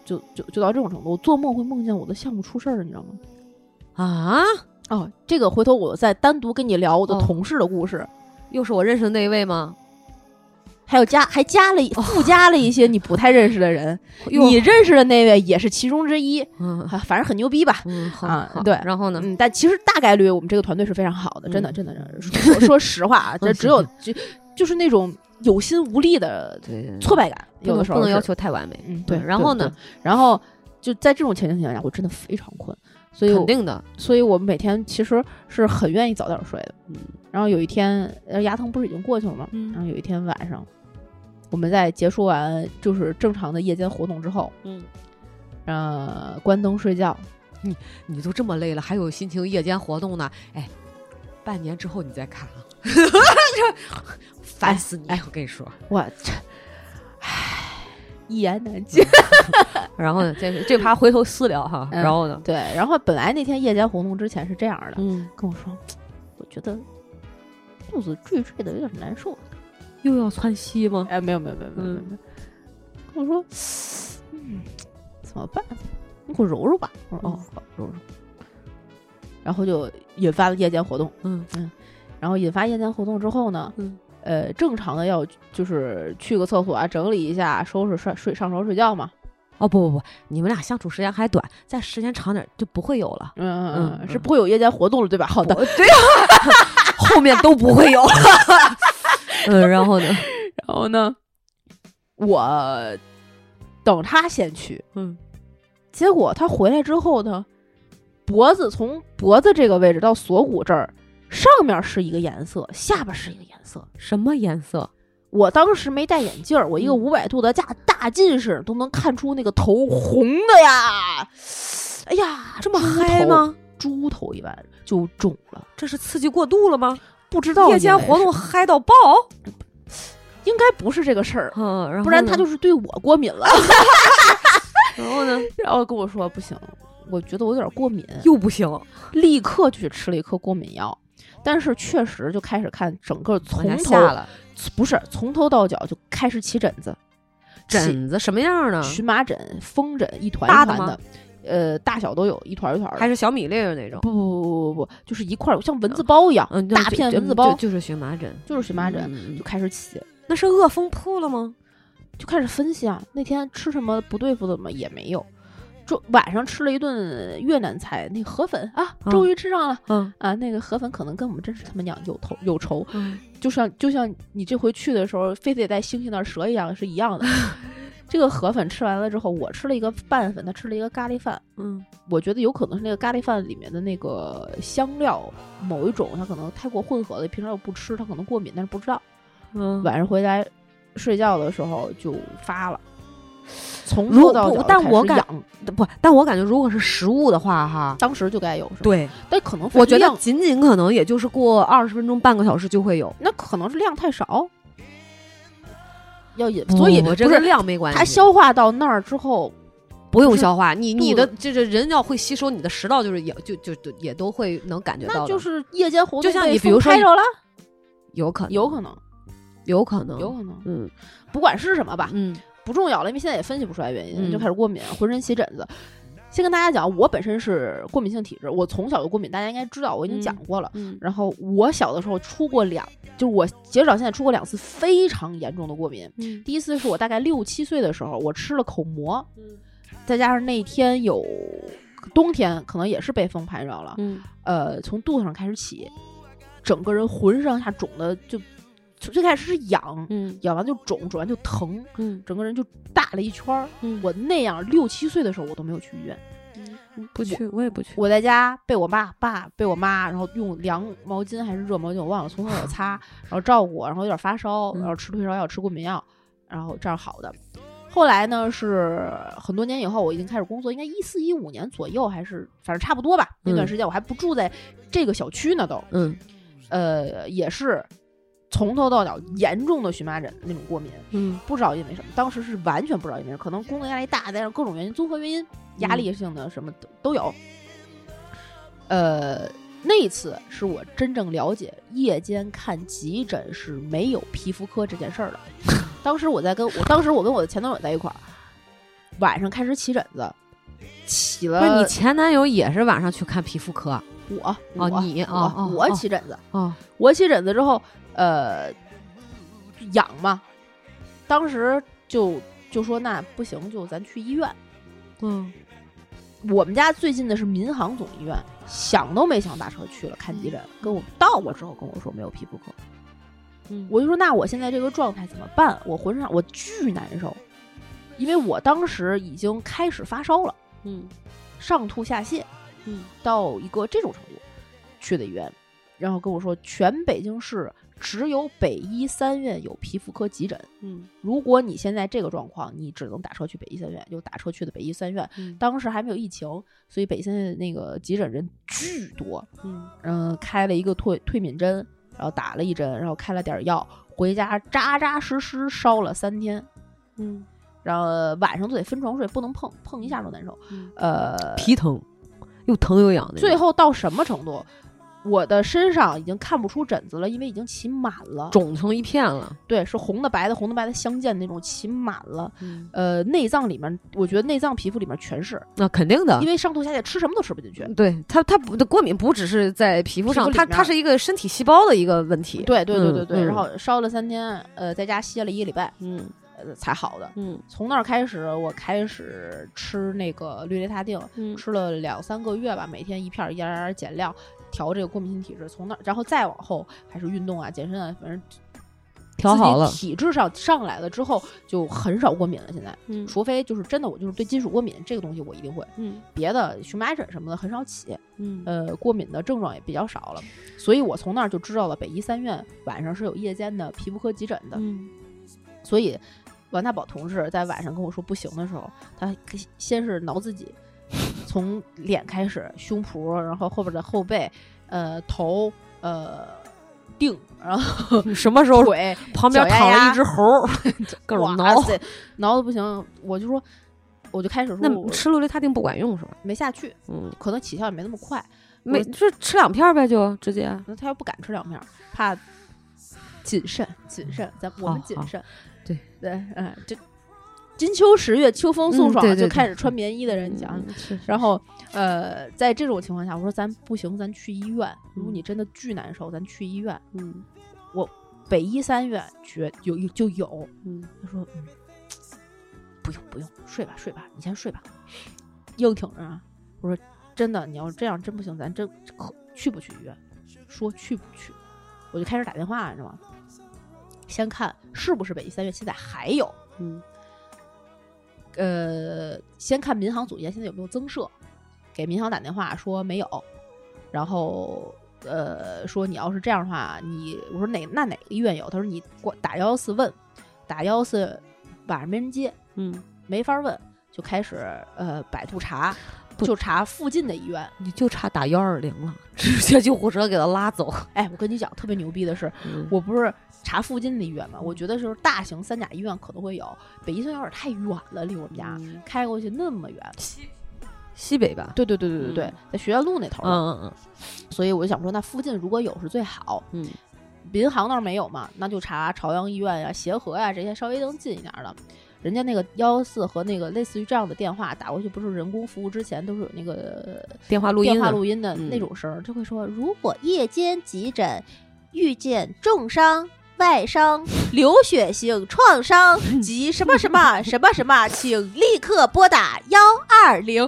S1: 就就就到这种程度，我做梦会梦见我的项目出事儿，你知道吗？
S2: 啊，
S1: 哦，这个回头我再单独跟你聊我的
S2: 哦
S1: 同事的故事，
S2: 又是我认识的那一位吗？
S1: 还有加还加了一附加了一些你不太认识的 人，
S2: 哟
S1: 你认识的那位也是其中之一，
S2: 嗯
S1: 啊反正很牛逼吧。
S2: 嗯，好，
S1: 啊
S2: 好
S1: 对
S2: 然后呢？
S1: 嗯，但其实大概率我们这个团队是非常好的，真的，
S2: 嗯
S1: 真的，真的说说实话 啊，这只有就就是那种有心无力的
S2: 对，
S1: 挫败感，
S2: 不
S1: 有
S2: 能
S1: 的时
S2: 不
S1: 候
S2: 能
S1: 是
S2: 要求太完美。
S1: 嗯，对。
S2: 然后
S1: 对
S2: 呢？？
S1: 对然后就在这种情形下，我真的非常困，所以
S2: 肯
S1: 我
S2: 定的，
S1: 所以我每天其实是很愿意早点睡的。
S2: 嗯，
S1: 然后有一天，呃，牙疼不是已经过去了吗？
S2: 嗯
S1: 然后有一天晚上，我们在结束完就是正常的夜间活动之后，
S2: 嗯，
S1: 呃，关灯睡觉。
S2: 你都这么累了，还有心情夜间活动呢？哎，半年之后你再看啊， 烦死你！
S1: 哎
S2: 我跟你说，
S1: 我这，唉，一言
S2: 嗯
S1: 难尽。
S2: 然后呢，这这趴回头私聊哈。
S1: 嗯
S2: 然后呢？
S1: 对，然后本来那天夜间活动之前是这样的，
S2: 嗯，
S1: 跟我说，我觉得肚子坠坠的有点难受，
S2: 又要窜稀吗？
S1: 哎，没有没有没有没有没
S2: 嗯
S1: 有没有，跟我说，嗯，怎么办？你给我揉揉吧。我说哦，
S2: 嗯
S1: 好，揉揉。然后就引发了夜间活动，
S2: 嗯
S1: 然后引发夜间活动之后呢，
S2: 嗯
S1: 呃，正常的要就是去个厕所啊，整理一下，收拾睡睡上床睡觉嘛，，
S2: 哦不不不，你们俩相处时间还短，再时间长点就不会有了
S1: 嗯
S2: 嗯
S1: 是不会有夜间活动了，对吧？好的，
S2: 后面都不会有了。嗯，然后呢？
S1: 然后呢，我等他先去，
S2: 嗯，
S1: 结果他回来之后呢，脖子从脖子这个位置到锁骨这儿，上面是一个颜色，下巴是一个颜色。
S2: 什么颜色？
S1: 我当时没戴眼镜儿，我一个
S2: 嗯
S1: 五百度的大大近视都能看出那个头红的呀！哎呀，这
S3: 这么嗨？吗？
S1: 猪头一般就肿了，
S3: 这是刺激过度了吗？
S1: 不知道
S3: 夜间
S1: 因为
S3: 活
S1: 是
S3: 动嗨到爆，
S1: 应该不是这个事儿，
S2: 嗯，然后
S1: 不然他
S2: 呢
S1: 就是对我过敏了。
S3: 然后呢
S1: 然后跟我说不行，我觉得我有点过敏，
S2: 又不行，
S1: 立刻就去吃了一颗过敏药。但是确实就开始看整个从
S2: 往下
S1: 头
S2: 下了
S1: 不是从头到脚就开始起疹子，
S2: 疹子什么样呢
S1: 起、？荨麻疹、风疹，一团
S2: 大
S1: 一
S2: 的
S1: 团
S2: 吗
S1: 的，呃，大小都有，一团一团的。
S2: 还是小米粒儿那种？
S1: 不不不不不，就是一块儿像蚊子包一样，
S2: 嗯，
S1: 大
S2: 就
S1: 片
S2: 就
S1: 蚊子包
S2: 就就是荨麻疹，
S1: 就是荨麻疹
S2: 嗯，
S1: 就开始起，
S3: 那是恶风扑了吗？
S1: 就开始分析啊，那天吃什么不对付的吗？也没有。中晚上吃了一顿越南菜，那河粉啊，
S2: 嗯
S1: 终于吃上了、
S2: 嗯
S1: 啊！那个河粉可能跟我们真是他们娘有仇有仇，
S2: 嗯
S1: 就像就像你这回去的时候，非得在星星那儿折一样是一样的。 这个河粉吃完了之后，我吃了一个拌粉，他吃了一个咖喱饭。
S2: 嗯
S1: 我觉得有可能是那个咖喱饭里面的那个香料某一种，它可能太过混合了，平常我不吃，它可能过敏，但是不知道。
S2: 嗯。
S1: 晚上回来睡觉的时候就发了，从
S2: 如
S1: 头到
S2: 不
S1: 脚
S2: 但
S1: 开
S2: 我
S1: 始
S2: 感
S1: 痒，
S2: 不，但我感觉如果是食物的话，哈，
S1: 当时就该有是吧？
S2: 对，
S1: 但可能
S2: 我觉得
S1: 量
S2: 仅仅可能也就是过二十分钟、半个小时就会有。
S1: 那可能是量太少，要也所以
S2: 哦我这
S1: 不
S2: 跟
S1: 是
S2: 量没关系，
S1: 它消化到那儿之后，
S2: 不用
S1: 是
S2: 消化，你你
S1: 肚
S2: 的
S1: 子
S2: 这这人要会吸收，你的食道就是也就就就也都会能感觉到
S1: 那
S2: 的，
S1: 就是夜间活动
S2: 就像
S1: 被
S2: 你比如
S1: 风拍
S2: 说
S1: 着了，
S2: 有可能
S1: 有可能，
S2: 有可能
S1: 有可能，啊
S2: 嗯
S1: 不管是什么吧，
S2: 嗯
S1: 不重要了，因为现在也分析不出来原因，
S2: 嗯
S1: 就开始过敏，浑身起疹子。先跟大家讲，我本身是过敏性体质，我从小就过敏，大家应该知道，我已经
S2: 嗯
S1: 讲过了。
S2: 嗯
S1: 然后我小的时候出过两，就是我截止到现在出过两次非常严重的过敏。
S2: 嗯
S1: 第一次是我大概六七岁的时候，我吃了口蘑，
S2: 嗯
S1: 再加上那天有冬天，可能也是被风拍着了，
S2: 嗯
S1: 呃，从肚子上开始起，整个人浑身上下肿的就，从最开始是痒，
S2: 嗯
S1: 痒完就肿，肿完就疼，
S2: 嗯
S1: 整个人就大了一圈儿。
S2: 嗯
S1: 我那样六七岁的时候，我都没有去医院。
S3: 不去，我也不去。
S1: 我在家被我爸爸被我妈，然后用凉毛巾还是热毛巾，我忘了，从头到脚 擦，然后照顾我，然后有点发烧，
S2: 嗯
S1: 然后吃退烧药，吃过敏药，然后这样好的。后来呢，是很多年以后，我已经开始工作，应该一四一五年左右，还是反正差不多吧。那段
S2: 嗯
S1: 时间我还不住在这个小区呢，都
S2: 嗯
S1: 呃也是从头到脚严重的荨麻疹那种过敏，
S2: 嗯
S1: 不知道因为什么，当时是完全不知道因为什么，可能工作压力大，再加上各种原因，综合原因，压
S2: 嗯
S1: 力性的什么都都有。呃，那一次是我真正了解夜间看急诊是没有皮肤科这件事儿 的。当时我在跟我当时我跟我的前男友在一块儿，晚上开始起疹子，起
S2: 不是
S1: 了
S2: 你前男友也是晚上去看皮肤科啊
S1: 我我、
S2: 哦你
S1: 我、
S2: 哦哦
S1: 我
S2: 哦
S1: 起疹子，
S2: 哦
S1: 我起疹子之后，呃，痒嘛，当时就就说那不行，就咱去医院。
S2: 嗯
S1: 我们家最近的是民航总医院，想都没想打车去了看急诊，跟我到我之后跟我说没有皮肤科，
S2: 嗯
S1: 我就说那我现在这个状态怎么办？我浑身上我巨难受，因为我当时已经开始发烧了，
S2: 嗯
S1: 上吐下泻，
S2: 嗯
S1: 到一个这种程度，去的医院，然后跟我说全北京市只有北医三院有皮肤科急诊。
S2: 嗯
S1: 如果你现在这个状况，你只能打车去北医三院，就打车去的北医三院。
S2: 嗯
S1: 当时还没有疫情，所以北医三院那个急诊人巨多。
S2: 嗯
S1: 嗯、开了一个退退敏针，然后打了一针，然后开了点药，回家扎扎实实烧了三天，
S2: 嗯
S1: 然后晚上都得分床睡，不能碰，碰一下都难受。
S2: 嗯
S1: 呃，
S2: 皮疼又疼又痒的
S1: 最后到什么程度？我的身上已经看不出疹子了，因为已经起满了。
S2: 肿成一片了
S1: 对，是红的、白的，红的、白的相间的那种，起满了。
S2: 嗯
S1: 呃，内脏里面，我觉得内脏皮肤里面全是，
S2: 那肯定的
S1: 因为上吐下泻，吃什么都吃不进去。
S2: 对它，它不过敏不只是在皮肤
S1: 皮
S2: 上，
S1: 肤里
S2: 它
S1: 面
S2: 它是一个身体细胞的一个问题。，
S1: 对对对对
S2: 嗯
S1: 对，
S2: 嗯
S1: 然后烧了三天，呃，在家歇了一个礼拜，
S2: 嗯
S1: 呃，才好的。
S2: 嗯
S1: 从那儿开始，我开始吃那个氯雷他定，
S2: 嗯
S1: 吃了两三个月吧，每天一片儿，一点儿点儿减量，调这个过敏性体质。从那儿，然后再往后开始运动啊、健身啊，反正
S2: 调好了
S1: 自己体质上上来了之后就很少过敏了。现在，
S2: 嗯
S1: 除非就是真的我就是对金属过敏这个东西我一定会，
S2: 嗯
S1: 别的荨麻疹什么的很少起，
S2: 嗯
S1: 呃，过敏的症状也比较少了，所以我从那儿就知道了北医三院晚上是有夜间的皮肤科急诊的，
S2: 嗯
S1: 所以王大宝同志在晚上跟我说不行的时候，他先是挠自己，从脸开始，胸脯，然后后边的后背，呃，头，呃，腚，然后
S2: 什么时候
S1: 腿，
S2: 旁边
S1: 脚丫
S2: 躺
S1: 丫
S2: 了一只猴儿， 各种挠
S1: 哇。塞挠的不行，我就说，我就开始说
S2: 那
S1: 我
S2: 吃氯雷他定不管用是吧？
S1: 没下去，
S2: 嗯，
S1: 可能起效也没那么快，
S3: 没就吃两片儿呗，就直接。
S1: 那他又不敢吃两片儿，怕谨慎，谨慎，咱我们
S2: 好
S1: 谨
S2: 好
S1: 慎，
S2: 对
S1: 对，嗯，就金秋十月，秋风送
S2: 嗯
S1: 爽，
S2: 对对
S1: 就
S2: 对
S1: 开始穿棉衣的人讲。
S2: 嗯是是
S1: 然后，呃，在这种情况下，我说咱不行，咱去医院。如果
S2: 嗯
S1: 你真的巨难受，咱去医院。
S2: 嗯
S1: 北医三院绝有有就有。
S2: 嗯
S1: 他说，嗯，不用不用，睡吧睡吧，你先睡吧，硬挺着啊。我说真的，你要是这样真不行，咱真可去不去医院？说去不去？我就开始打电话，你知道吗？先看是不是北医三院现在还有，
S2: 嗯
S1: 呃，先看民航组件现在有没有增设，给民航打电话说没有，然后呃说你要是这样的话，你我说哪那哪个医院有？他说你过打幺幺四问，打幺幺四晚上没人接，
S2: 嗯，
S1: 没法问，就开始呃百度查，
S2: 不
S1: 就查附近的医院。
S2: 你就差打幺二零了，直接救护车给他拉走。
S1: 哎，我跟你讲，特别牛逼的是，
S2: 嗯
S1: 我不是查附近的医院嘛，我觉得就是大型三甲医院可能会有，北医三院有点太远了，离我们家
S2: 嗯
S1: 开过去那么远。
S2: 西北吧。
S1: 对对对对对对，
S2: 嗯
S1: 在学院路那头儿嘛。
S2: 嗯
S1: 所以我就想说，那附近如果有是最好。
S2: 嗯嗯
S1: 民航那儿没有嘛，那就查朝阳医院呀、协和呀这些稍微能近一点儿的。人家那个幺幺四和那个类似于这样的电话打过去，不是人工服务之前都是有那个
S2: 嗯，电话录音
S1: 电话
S2: 呢
S1: 录音的
S2: 嗯
S1: 那种声儿，就会说，如果夜间急诊遇见重伤。外伤、流血性创 伤及什么什么什么什么，请立刻拨打幺二 零，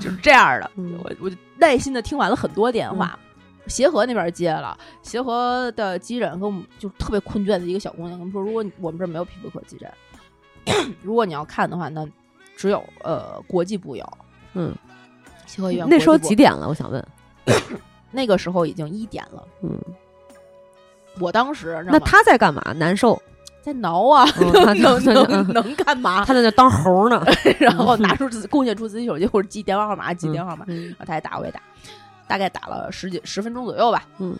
S1: 就是这样的。
S2: 嗯
S1: 我我就耐心的听完了很多电话。协和那边接了，协和的急诊跟我们就特别困倦的一个小姑娘跟我们说，如果你我们这儿没有皮肤科急诊， 如果你要看的话，那只有呃国际部有，
S2: 嗯，
S1: 协和医院
S2: 那时候
S1: 国际
S2: 几
S1: 部
S2: 点了？我想问。
S1: 那个时候已经一点了，
S2: 嗯，
S1: 我当时
S2: 那他在干嘛？难 受，
S1: 在挠啊，
S2: 嗯他
S1: 能
S2: 他
S1: 能
S2: 嗯
S1: 能干 嘛？
S2: 他在那当猴儿呢。
S1: 然后拿出自己贡献出自己手机或者记电话号码，记
S2: 嗯
S1: 电话号码，
S2: 嗯
S1: 然后他还打我也打，大概打了十几十分钟左右吧。
S2: 嗯，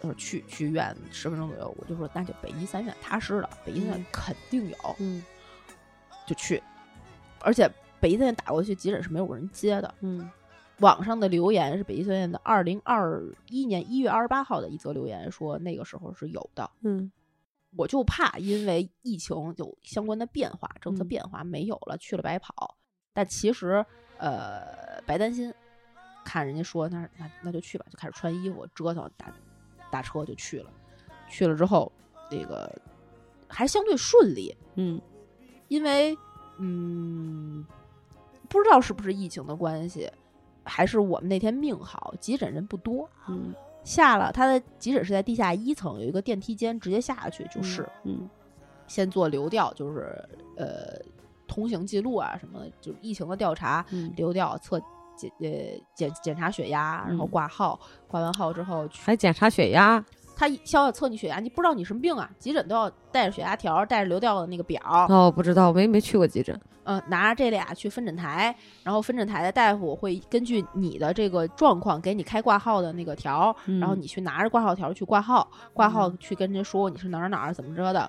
S1: 呃，去去医院十分钟左右，我就说那就北医三院踏实了，北医三院
S2: 嗯
S1: 肯定有，
S2: 嗯
S1: 就去。而且北医三院打过去急诊是没有人接的。
S2: 嗯
S1: 网上的留言是北医三院的二零二一年一月二十八号的一则留言，说那个时候是有的。
S2: 嗯
S1: 我就怕因为疫情有相关的变化，政策
S2: 嗯
S1: 变化没有了，去了白跑。但其实，呃，白担心。看人家说那那那就去吧，就开始穿衣服折腾，打打车就去了。去了之后，那个还相对顺利，
S2: 嗯
S1: 因为嗯，不知道是不是疫情的关系，还是我们那天命好，急诊人不多。
S2: 嗯，
S1: 下了，他的急诊是在地下一层，有一个电梯间，直接下去就是。
S2: 嗯
S1: 先做流调，就是呃通行记录啊什么的，就是疫情的调查、
S2: 嗯，
S1: 流调、测检呃检检查血压，
S2: 嗯
S1: 然后挂号，挂完号之后去，
S2: 还检查血压。
S1: 他一先要测你血压，你不知道你什么病啊，急诊都要带着血压条，带着流调的那个表，
S2: 哦，不知道，没没去过急诊。
S1: 呃，拿着这俩去分诊台，然后分诊台的大夫会根据你的这个状况给你开挂号的那个条，
S2: 嗯
S1: 然后你去拿着挂号条去挂号，挂号
S2: 嗯
S1: 去跟人家说你是哪儿哪儿怎么着 的，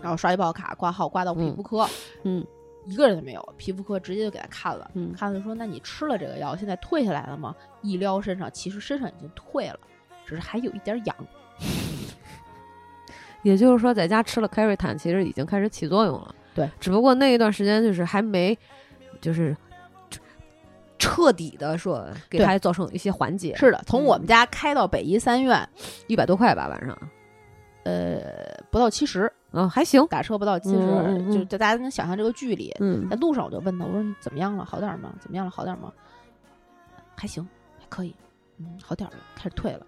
S1: 然后刷医保卡挂号挂到皮肤科，
S2: 嗯
S1: 一个人都没有，皮肤科直接就给他看了，
S2: 嗯
S1: 看了说那你吃了这个药，现在退下来了吗？一撩身上，其实身上已经退了，只是还有一点痒。
S2: 也就是说，在家吃了开瑞坦，其实已经开始起作用了。
S1: 对，
S2: 只不过那一段时间就是还没，就是彻彻底的说给
S1: 对
S2: 他造成一些缓解，
S1: 是的，从我们家开到北医三院，
S2: 一百多块吧，晚上。
S1: 呃，不到七十，
S2: 嗯、还行。
S1: 打车不到七十、
S2: 嗯嗯嗯
S1: 就就大家能想象这个距离。
S2: 嗯
S1: 在路上我就问他，我说你怎么样了？好点儿吗？怎么样了？好点儿吗？还行，还可以，嗯，好点儿了，开始退了。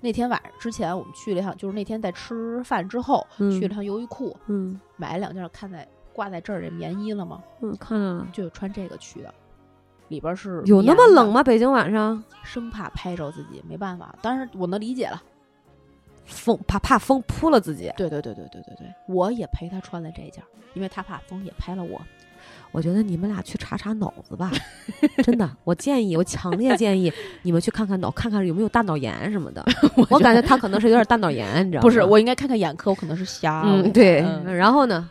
S1: 那天晚上之前，我们去了一趟，就是那天在吃饭之后、
S3: 嗯
S1: 去了趟优衣库，
S3: 嗯
S1: 买了两件看在挂在这儿的棉衣了嘛，
S3: 嗯，看啊，
S1: 就穿这个去的，里边是
S3: 有那么
S1: 棉的
S3: 冷吗？北京晚上？
S1: 生怕拍着自己，没办法，当然我能理解了。
S2: 风怕怕风扑了自己。
S1: 对对对对对对对，我也陪他穿了这件儿，因为他怕风也拍了我。
S2: 我觉得你们俩去查查脑子 吧，真的，我建议，我强烈建议你们去看看脑，看看有没有大脑炎什 么的。我感觉他可能是有点大脑炎，你知道吗？
S1: 不是，我应该看看眼科，我可能是瞎了。
S2: 嗯，对。
S1: 嗯
S2: 然后呢，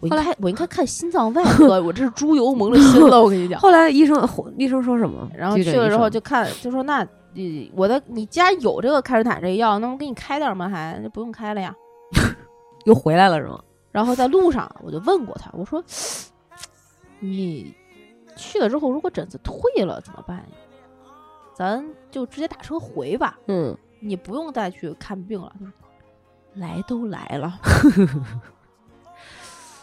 S1: 我应该我应 该看心脏外科， 我这是猪油蒙了心了，我跟你讲。
S2: 后来医生后医生说什么？
S1: 然后
S2: 急
S1: 去
S2: 诊
S1: 了
S2: 医
S1: 之后
S2: 生
S1: 就看，就说那，呃，我的你既然有这个开尔坦这个药，那我给你开点儿吗？还就不用开了呀。
S2: 又回来了，是吗？
S1: 然后在路上我就问过他，我说 你去了之后，如果疹子退了怎么办呀？咱就直接打车回吧，
S2: 嗯，
S1: 你不用再去看病了。他说来都来了，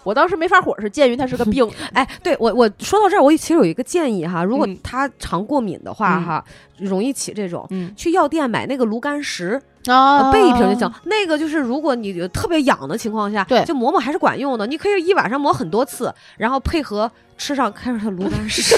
S1: 我当时没发火，是鉴于他是个病，
S2: 哎，对我我说到这儿，我其实有一个建议哈，如果
S1: 嗯
S2: 他常过敏的话哈，容易起这种。
S1: 嗯
S2: 去药店买那个炉甘石，
S1: 啊
S2: 呃备一瓶就行。。那个就是，如果你特别痒的情况下，
S1: 对
S2: 就磨磨还是管用的。你可以一晚上磨很多次，然后配合吃上开始炉甘石。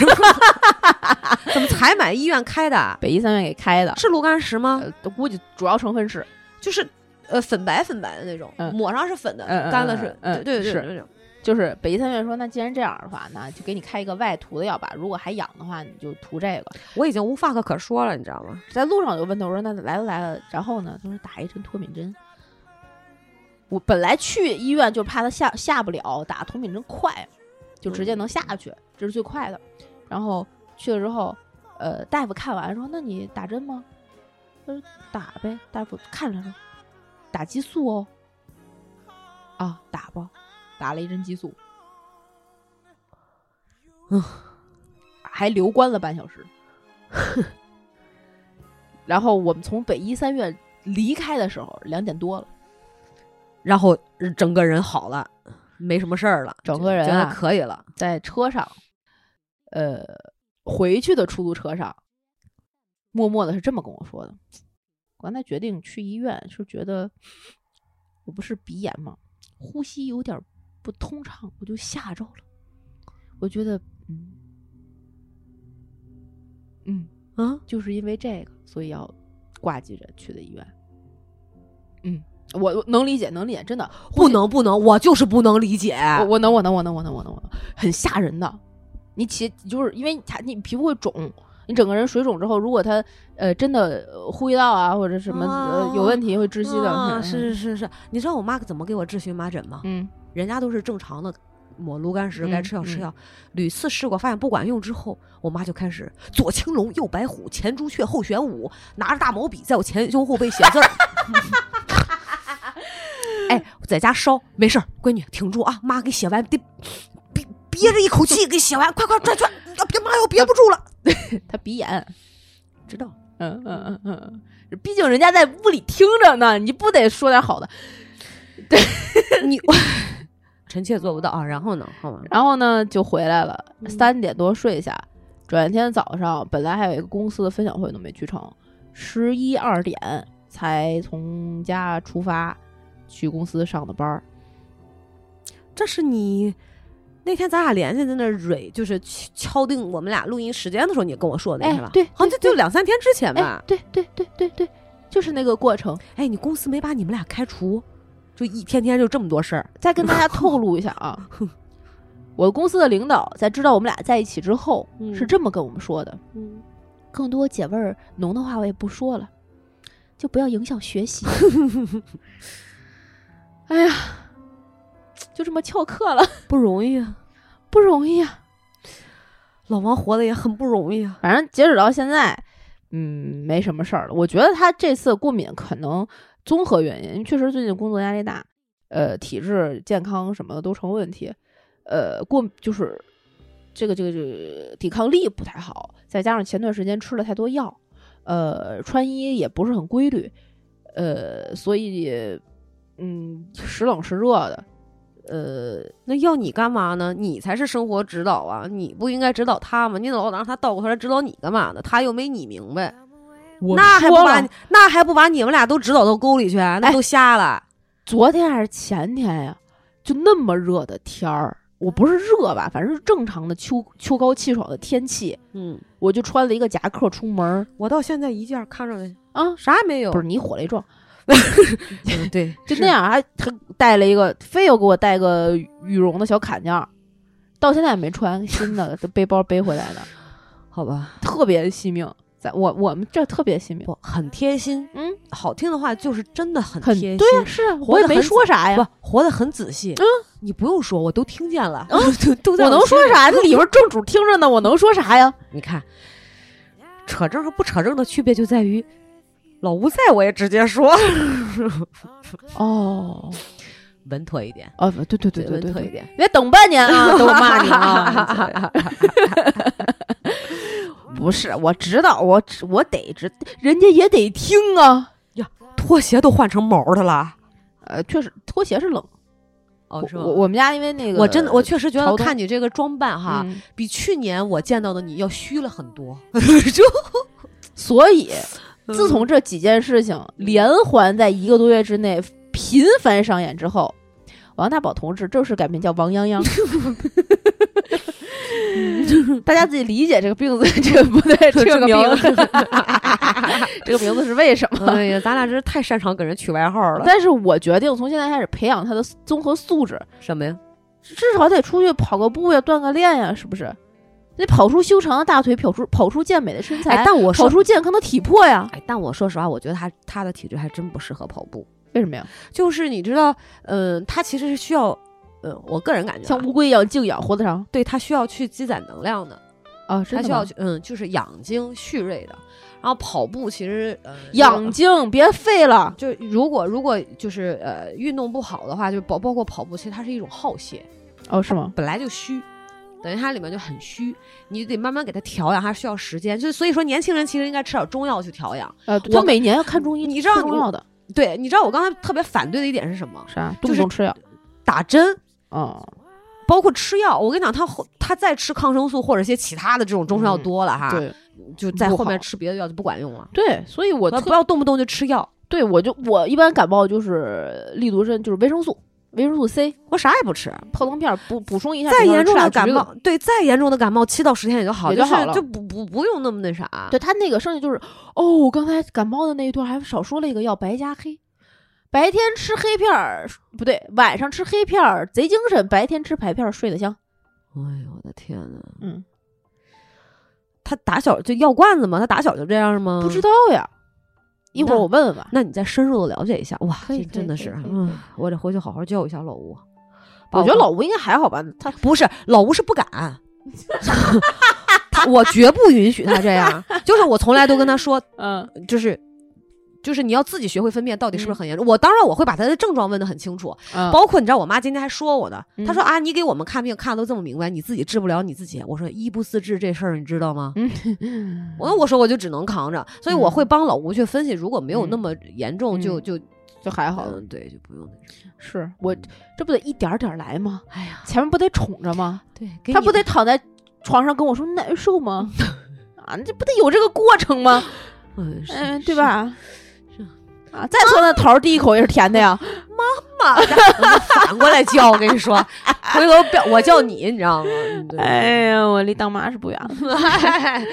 S2: 怎么才买医院开的？
S1: 北医三院给开的，
S2: 是炉甘石吗？
S1: 呃，估计主要成分是
S2: 就是呃粉白粉白的那种，
S1: 嗯
S2: 抹上是粉的，
S1: 嗯嗯
S2: 干了是，
S1: 嗯嗯
S2: 对对
S1: 是
S2: 对对，
S1: 就是北医三院说，那既然这样的话，那就给你开一个外涂的药吧。如果还痒的话，你就涂这个。
S2: 我已经无话可可说了，你知道吗？
S1: 在路上我就问他，我说那来都来了，然后呢？他说打一针脱敏针。我本来去医院就怕他下下不了，打脱敏针快，就直接能下去，这是最快的。然后去了之后，呃，大夫看完说：“那你打针吗？”他说：“打呗。”大夫看了说：“打激素哦。”啊，打吧，打了一针激素，
S2: 嗯
S1: 还留观了半小时。然后我们从北医三院离开的时候，两点多了，
S2: 然后呃整个人好了，没什么事儿了，
S1: 整
S2: 就
S1: 个人
S2: 觉得
S1: 啊
S2: 可以了。
S1: 在车上，呃，回去的出租车上，默默的是这么跟我说的：“我刚才决定去医院，是觉得我不是鼻炎嘛，呼吸有点不通畅，我就吓着了。我觉得，嗯，嗯，
S2: 啊，
S1: 就是因为这个，所以要挂急诊去的医院。嗯，我我能理解，能理解，真的
S2: 不能不能，我就是不能理解。
S1: 我我能，我能，我能，我能，我能，我能，很吓人的。你起就是因为它你皮肤会肿，你整个人水肿之后，如果它呃真的呃呼吸道啊或者什么、
S2: 啊
S1: 呃有问题，会窒息的。
S2: 啊
S1: 嗯
S2: 是，是是是，你知道我妈怎么给我治荨麻疹吗？
S1: 嗯
S2: 人家都是正常的抹炉甘石，该
S1: 嗯
S2: 吃药吃
S1: 嗯
S2: 药，屡次试过发现不管用之后，我妈就开始左青龙右白虎，前朱雀后玄武，拿着大毛笔在我前胸后背写字儿。 哎，我在家烧没事儿，闺女挺住啊，妈给写完得憋憋着一口气给写完，快快转转，要别妈要憋不住了。
S1: 嗯，它鼻炎。
S2: 知道，
S1: 嗯嗯嗯嗯嗯，毕竟人家在屋里听着呢，你不得说点好的。
S2: 你 臣妾做不到啊。然后呢，好吗？
S1: 然后呢，就回来了，
S2: 嗯
S1: 三点多睡下。转天早上，本来还有一个公司的分享会都没去成，十一二点才从家出发，去公司上的班儿。
S2: 这是你那天咱俩联系在那儿蕊，就是敲敲定我们俩录音时间的时候，你跟我说的那
S1: 哎
S2: 天吧？
S1: 对哎
S2: 好像就就两三天之前吧。
S1: 对对对对对，就是那个过 程。
S2: 哎，你公司没把你们俩开除，就一天天就这么多事儿。
S1: 再跟大家透露一下 啊，我公司的领导在知道我们俩在一起之后，
S2: 嗯
S1: 是这么跟我们说的：
S2: 嗯，
S1: 更多姐味儿浓的话我也不说了，就不要影响学习。 哎呀，就这么翘课了，
S2: 不容易啊，
S1: 不容易啊。
S2: 老王活的也很不容易啊。
S1: 反正截止到现在，嗯，没什么事儿了。我觉得他这次过敏可能综合原因，因为确实最近工作压力大，呃，体质健康什么的都成问题，呃，过就是这个这个这个抵抗力不太好，再加上前段时间吃了太多药，呃，穿衣也不是很规律，呃，所以嗯，时冷时热的，呃，
S2: 那要你干嘛呢？你才是生活指导啊！你不应该指导他吗？你老让他倒过头来指导你干嘛呢？他又没你明白。
S1: 我
S2: 那还不
S1: 说
S2: 把
S1: 了哎
S2: 你那还不把你们俩都指导到沟里去？那都瞎了。
S1: 昨天还是前天呀，就那么热的天儿，我不是热吧，反正是正常的秋秋高气爽的天气，
S2: 嗯，
S1: 我就穿了一个夹克出门儿
S3: 我到现在一件看上的
S1: 啊。
S3: 啥也没有
S1: 不，是你火雷壮，
S2: 嗯 对，
S1: 就是那。样还他带了一个，非要给我带个羽绒的小坎肩儿，到现在也没穿新的，都背包背回来的，
S2: 好吧，
S1: 特别惜命。在我我们这儿特别惜命，
S2: 不很贴心。
S1: 嗯，
S2: 好听的话就是真的很
S1: 很
S2: 贴心。
S1: 对呀、是啊，
S2: 活
S1: 我
S2: 得
S1: 也没
S2: 很
S1: 说啥呀
S2: 不，活得很仔细。
S1: 嗯，
S2: 你不用说，我都听见了，都 都在
S1: 我能
S2: 心
S1: 说
S2: 里？
S1: 啥？那里边正主听着呢，我能说啥呀？
S2: 你看，扯证和不扯证的区别就在于，老吴在我也直接说，
S1: 哦，
S2: 稳妥一点，
S1: 啊，对对对对
S2: 稳
S1: 对
S2: 妥一
S1: 对，
S2: 点。
S1: 别等半年 啊，等我骂你 啊！不是，我知道，我知我得知，人家也得听啊。
S2: 拖鞋都换成毛的了，
S1: 呃，确实，拖鞋是冷。
S2: 哦，是吗？
S1: 我我们家因为那个，
S2: 我真的，我确实觉得
S1: 朝东
S2: 看你这个装扮哈，
S1: 嗯
S2: 比去年我见到的你要虚了很 多。
S1: 所以嗯
S2: 就
S1: 自从这几件事情连环在一个多月之内频繁上演之后，王大宝同志正式改名叫王泱 泱。大家自己理解这个病字，这个不 对，
S2: 这
S1: 个
S2: 个
S1: 名
S2: 病
S1: 字，这个名字是为什么？
S2: 哎呀，咱俩真是太擅长给人取外号了。
S1: 但是我决定从现在开始培养他的综合素质，
S2: 什么呀？
S1: 至少得出去跑个步呀，锻个炼呀，是不是？得跑出修长的大腿，跑出跑出健美的身材，
S2: 哎，但我
S1: 跑
S2: 说，
S1: 出健康的体魄呀。
S2: 哎，但我说实话，我觉得他他的体质还真不适合跑步。
S1: 为什么呀？
S2: 就是你知道，嗯、他其实是需要，呃，我个人感觉、
S1: 像
S2: 啊，
S1: 乌龟一样静养，活得长
S2: 对他需要去积攒能量的，
S1: 啊？
S2: 他
S1: 真的
S2: 需要
S1: 吗？
S2: 去，嗯，就是养精蓄锐的。然后跑步其实，呃，
S1: 养精，别废了。
S2: 就如果如果就是呃运动不好的话，就包包括跑步，其实它是一种耗血。
S1: 哦，是吗？
S2: 本来就虚，等于它里面就很虚，你就得慢慢给它调养，还需要时间。就是所以说，年轻人其实应该吃点中药去调养。
S1: 呃，
S2: 我
S1: 我每年要看中医，
S2: 你知道
S1: 吃
S2: 你
S1: 中药的
S2: 对，你知道我刚才特别反对的一点是什么？
S1: 啥？
S2: 就
S1: 动不
S2: 是
S1: 动吃药。
S2: 打针，
S1: 哦，
S2: 包括吃药。我跟你讲，他后他再吃抗生素或者一些其他的这种中成药
S1: 嗯
S2: 多了哈，
S1: 对
S2: 就在后
S1: 不
S2: 面
S1: 好
S2: 吃别的药就不管用了。
S1: 对，所以我
S2: 不
S1: 特
S2: 要动不动就吃药，
S1: 对我就我一般感冒就是利毒参，就是维生素，维生素 C
S2: 我啥也不吃。
S1: 泡腾片儿补补充一下。
S2: 再
S1: 比方
S2: 严
S1: 说
S2: 重
S1: 吃俩
S2: 的感
S1: 橘子
S2: 冒，对，再严重的感冒，七到十天也就好，
S1: 也就好
S2: 是
S1: 了
S2: 就不不不用那么那啥。
S1: 对他那个剩下就是，哦，刚才感冒的那一段还少说了一个药白加黑，白天吃黑片儿不对，晚上吃黑片儿贼精神，白天吃白片儿睡得香。
S2: 哎呦我的天呐，
S1: 嗯，
S2: 他打小就药罐子吗？他打小就这样吗？
S1: 不知道呀，一会儿
S2: 那
S1: 我问问吧。
S2: 那你再深入的了解一下，哇，
S1: 可以可
S2: 这
S1: 以
S2: 真的
S1: 可以
S2: 是
S1: 可以，可以
S2: 嗯，我得回去好好教育一下老吴。
S1: 我觉得
S2: 把
S1: 老吴应该还好吧，他
S2: 不是老吴是不敢，他我绝不允许他这样。就是我从来都跟他说，
S1: 嗯
S2: 就是就是你要自己学会分辨到底是不是很严重。我当然我会把他的症状问得很清楚，
S1: 包
S2: 包括你知道我妈今天还说我呢，
S1: 嗯
S2: 她说啊，你给我们看病看得都这么明白，你自己治不了你自己。我说一不自治这事儿你知道吗？ 我我说我就只能扛着，所以我会帮老吴去分析，如果没有那么严重，
S1: 嗯
S2: 就就
S1: 就还好，
S2: 嗯，对，就不用那啥。
S1: 是嗯我这不得一点儿点儿来吗？
S2: 哎呀，
S1: 前面不得宠着吗？
S2: 对，给
S1: 他
S2: 你
S1: 不得躺在床上跟我说难受 吗？啊，这不得有这个过程吗？
S2: 嗯，是
S1: 嗯，对？吧？
S2: 是
S1: 啊，再说那桃儿第一口也是甜的呀。
S2: 是反过来叫，我跟你说，回头表我叫你，你知道吗？嗯对
S1: 哎呀，我离当妈是不远了。
S2: 哎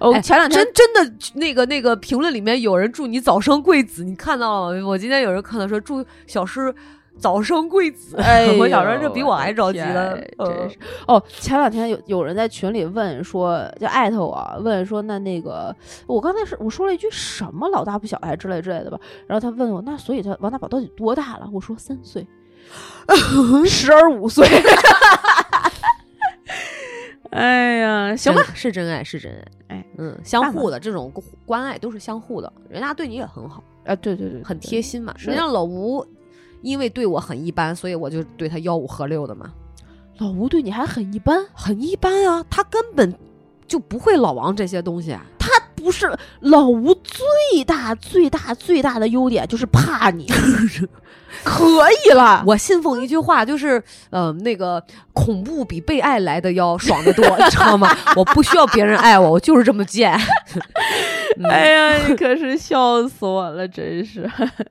S1: 哦，前两天
S2: 真真的那个那个评论里面有人祝你早生贵子，你看到了吗？我今天有人看到说祝小诗早生贵子，
S1: 哎呦
S2: 我想说这比我还着急
S1: 我
S2: 呢
S1: 的天，
S2: 嗯
S1: 真是。哦，前两天有有人在群里问说，就艾特我问说，那那个我刚才是我说了一句什么老大不小还之类之类的吧，然后他问我，那所以他王大宝到底多大了？我说三 岁，时而五岁。 哎呀，行吧，
S2: 真，是真爱，是真爱。
S1: 哎，
S2: 嗯，相
S1: 看
S2: 互的这种关爱都是相互的，人家对你也很好，
S1: 啊，对对对，
S2: 很
S1: 对
S2: 贴心嘛。
S1: 是
S2: 人家老吴因为对我很一般，所以我就对他吆五喝六的嘛，
S1: 老吴对你还很一般，
S2: 很一般啊，他根本就不会老王这些东西。
S1: 不是老吴最大最大最大的优点就是怕 你，可以了。
S2: 我信奉一句话，就是，嗯、那个恐怖比 被爱来的要爽得多，你知道吗？我不需要别人爱我，我就是这么贱。
S1: 哎呀，你可是笑死我了，真是。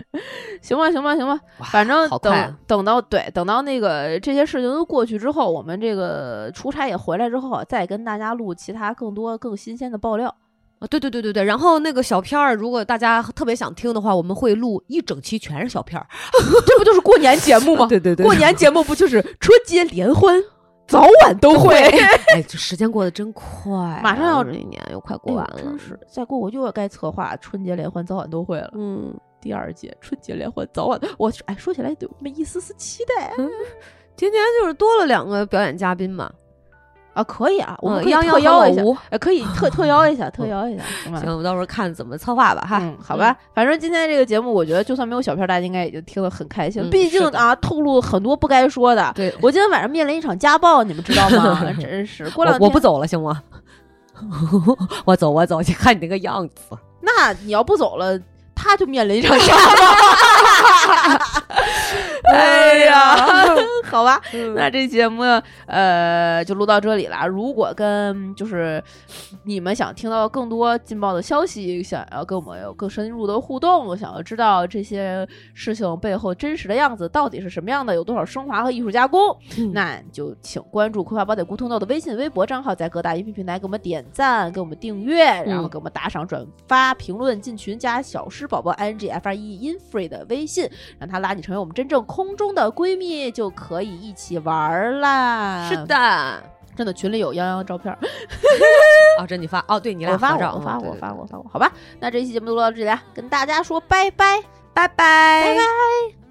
S1: 行吧，行吧，行吧，
S2: 哇
S1: 反正
S2: 好
S1: 等、
S2: 快啊
S1: 等到对等到那个这些事情都过去之后，我们这个出差也回来之后，啊再跟大家录其他更多更新鲜的爆料。
S2: 啊对对对对对，然后那个小片儿，如果大家特别想听的话，我们会录一整期全是小片儿，
S1: 这不就是过年节目吗？
S2: 对对
S1: 过年节目不就是春节联欢，早晚都会。
S2: 哎，这时间过得真快啊，
S1: 马上要
S2: 这一年又快
S1: 哎
S2: 过
S1: 呦
S2: 完了
S1: 真，是再过我又要该策划春节联欢早晚都会了。
S3: 嗯，
S1: 第二届春节联欢早晚，我哎说起来有那么一丝丝期待
S2: 今年就是多了两个表演嘉宾嘛，
S1: 啊，可以啊，我们
S2: 嗯
S1: 可以
S2: 泱泱
S1: 特邀
S2: 和
S1: 一下
S2: 老吴，
S1: 哎，可以 特特邀一下，特邀一下，行吧
S2: 行，？我们到时候看怎么策划吧哈。
S1: 嗯，好吧，反正今天这个节目，我觉得就算没有小片儿，大家应该已经听得很开心了。
S2: 嗯
S1: 毕
S2: 是
S1: 竟
S2: 的
S1: 啊，透露很多不该说的。
S2: 对，
S1: 我今天晚上面临一场家暴，你们知道吗？ 真是，过两
S2: 我
S1: 天
S2: 我不，走了行吗？ 我走我走，你看你那个样子，
S1: 那你要不走了，他就面临一场家 暴。哎 呀，好吧，
S2: 嗯
S1: 那这节目呃就录到这里啦。如果跟就是你们想听到更多劲爆的消息，想要跟我们有更深入的互动，想要知道这些事情背后真实的样子到底是什么样的，有多少升华和艺术加工，
S2: 嗯
S1: 那就请关注《葵花宝典咕通豆》的微信、微博账号，在各大音频平台给我们点赞，给我们订阅，然后给我们打赏、转发、评论、进群、加小诗宝宝 i n g f r e in free 的微信，让她拉你成为我们真正空中的闺蜜，就可以一起玩儿啦。
S2: 是，的。
S1: 真的群里有泱泱照片儿，
S2: 哦，这你发哦，对你
S1: 我
S2: 俩
S1: 发
S2: 合
S1: 过，
S2: 照，
S1: 我
S2: 嗯
S1: 发
S2: 对
S1: 过，我
S2: 对
S1: 发
S2: 对
S1: 啊过，我发过，好吧。那这期节目就录到这里啦，跟大家说拜拜，
S2: 拜拜，
S1: 拜拜。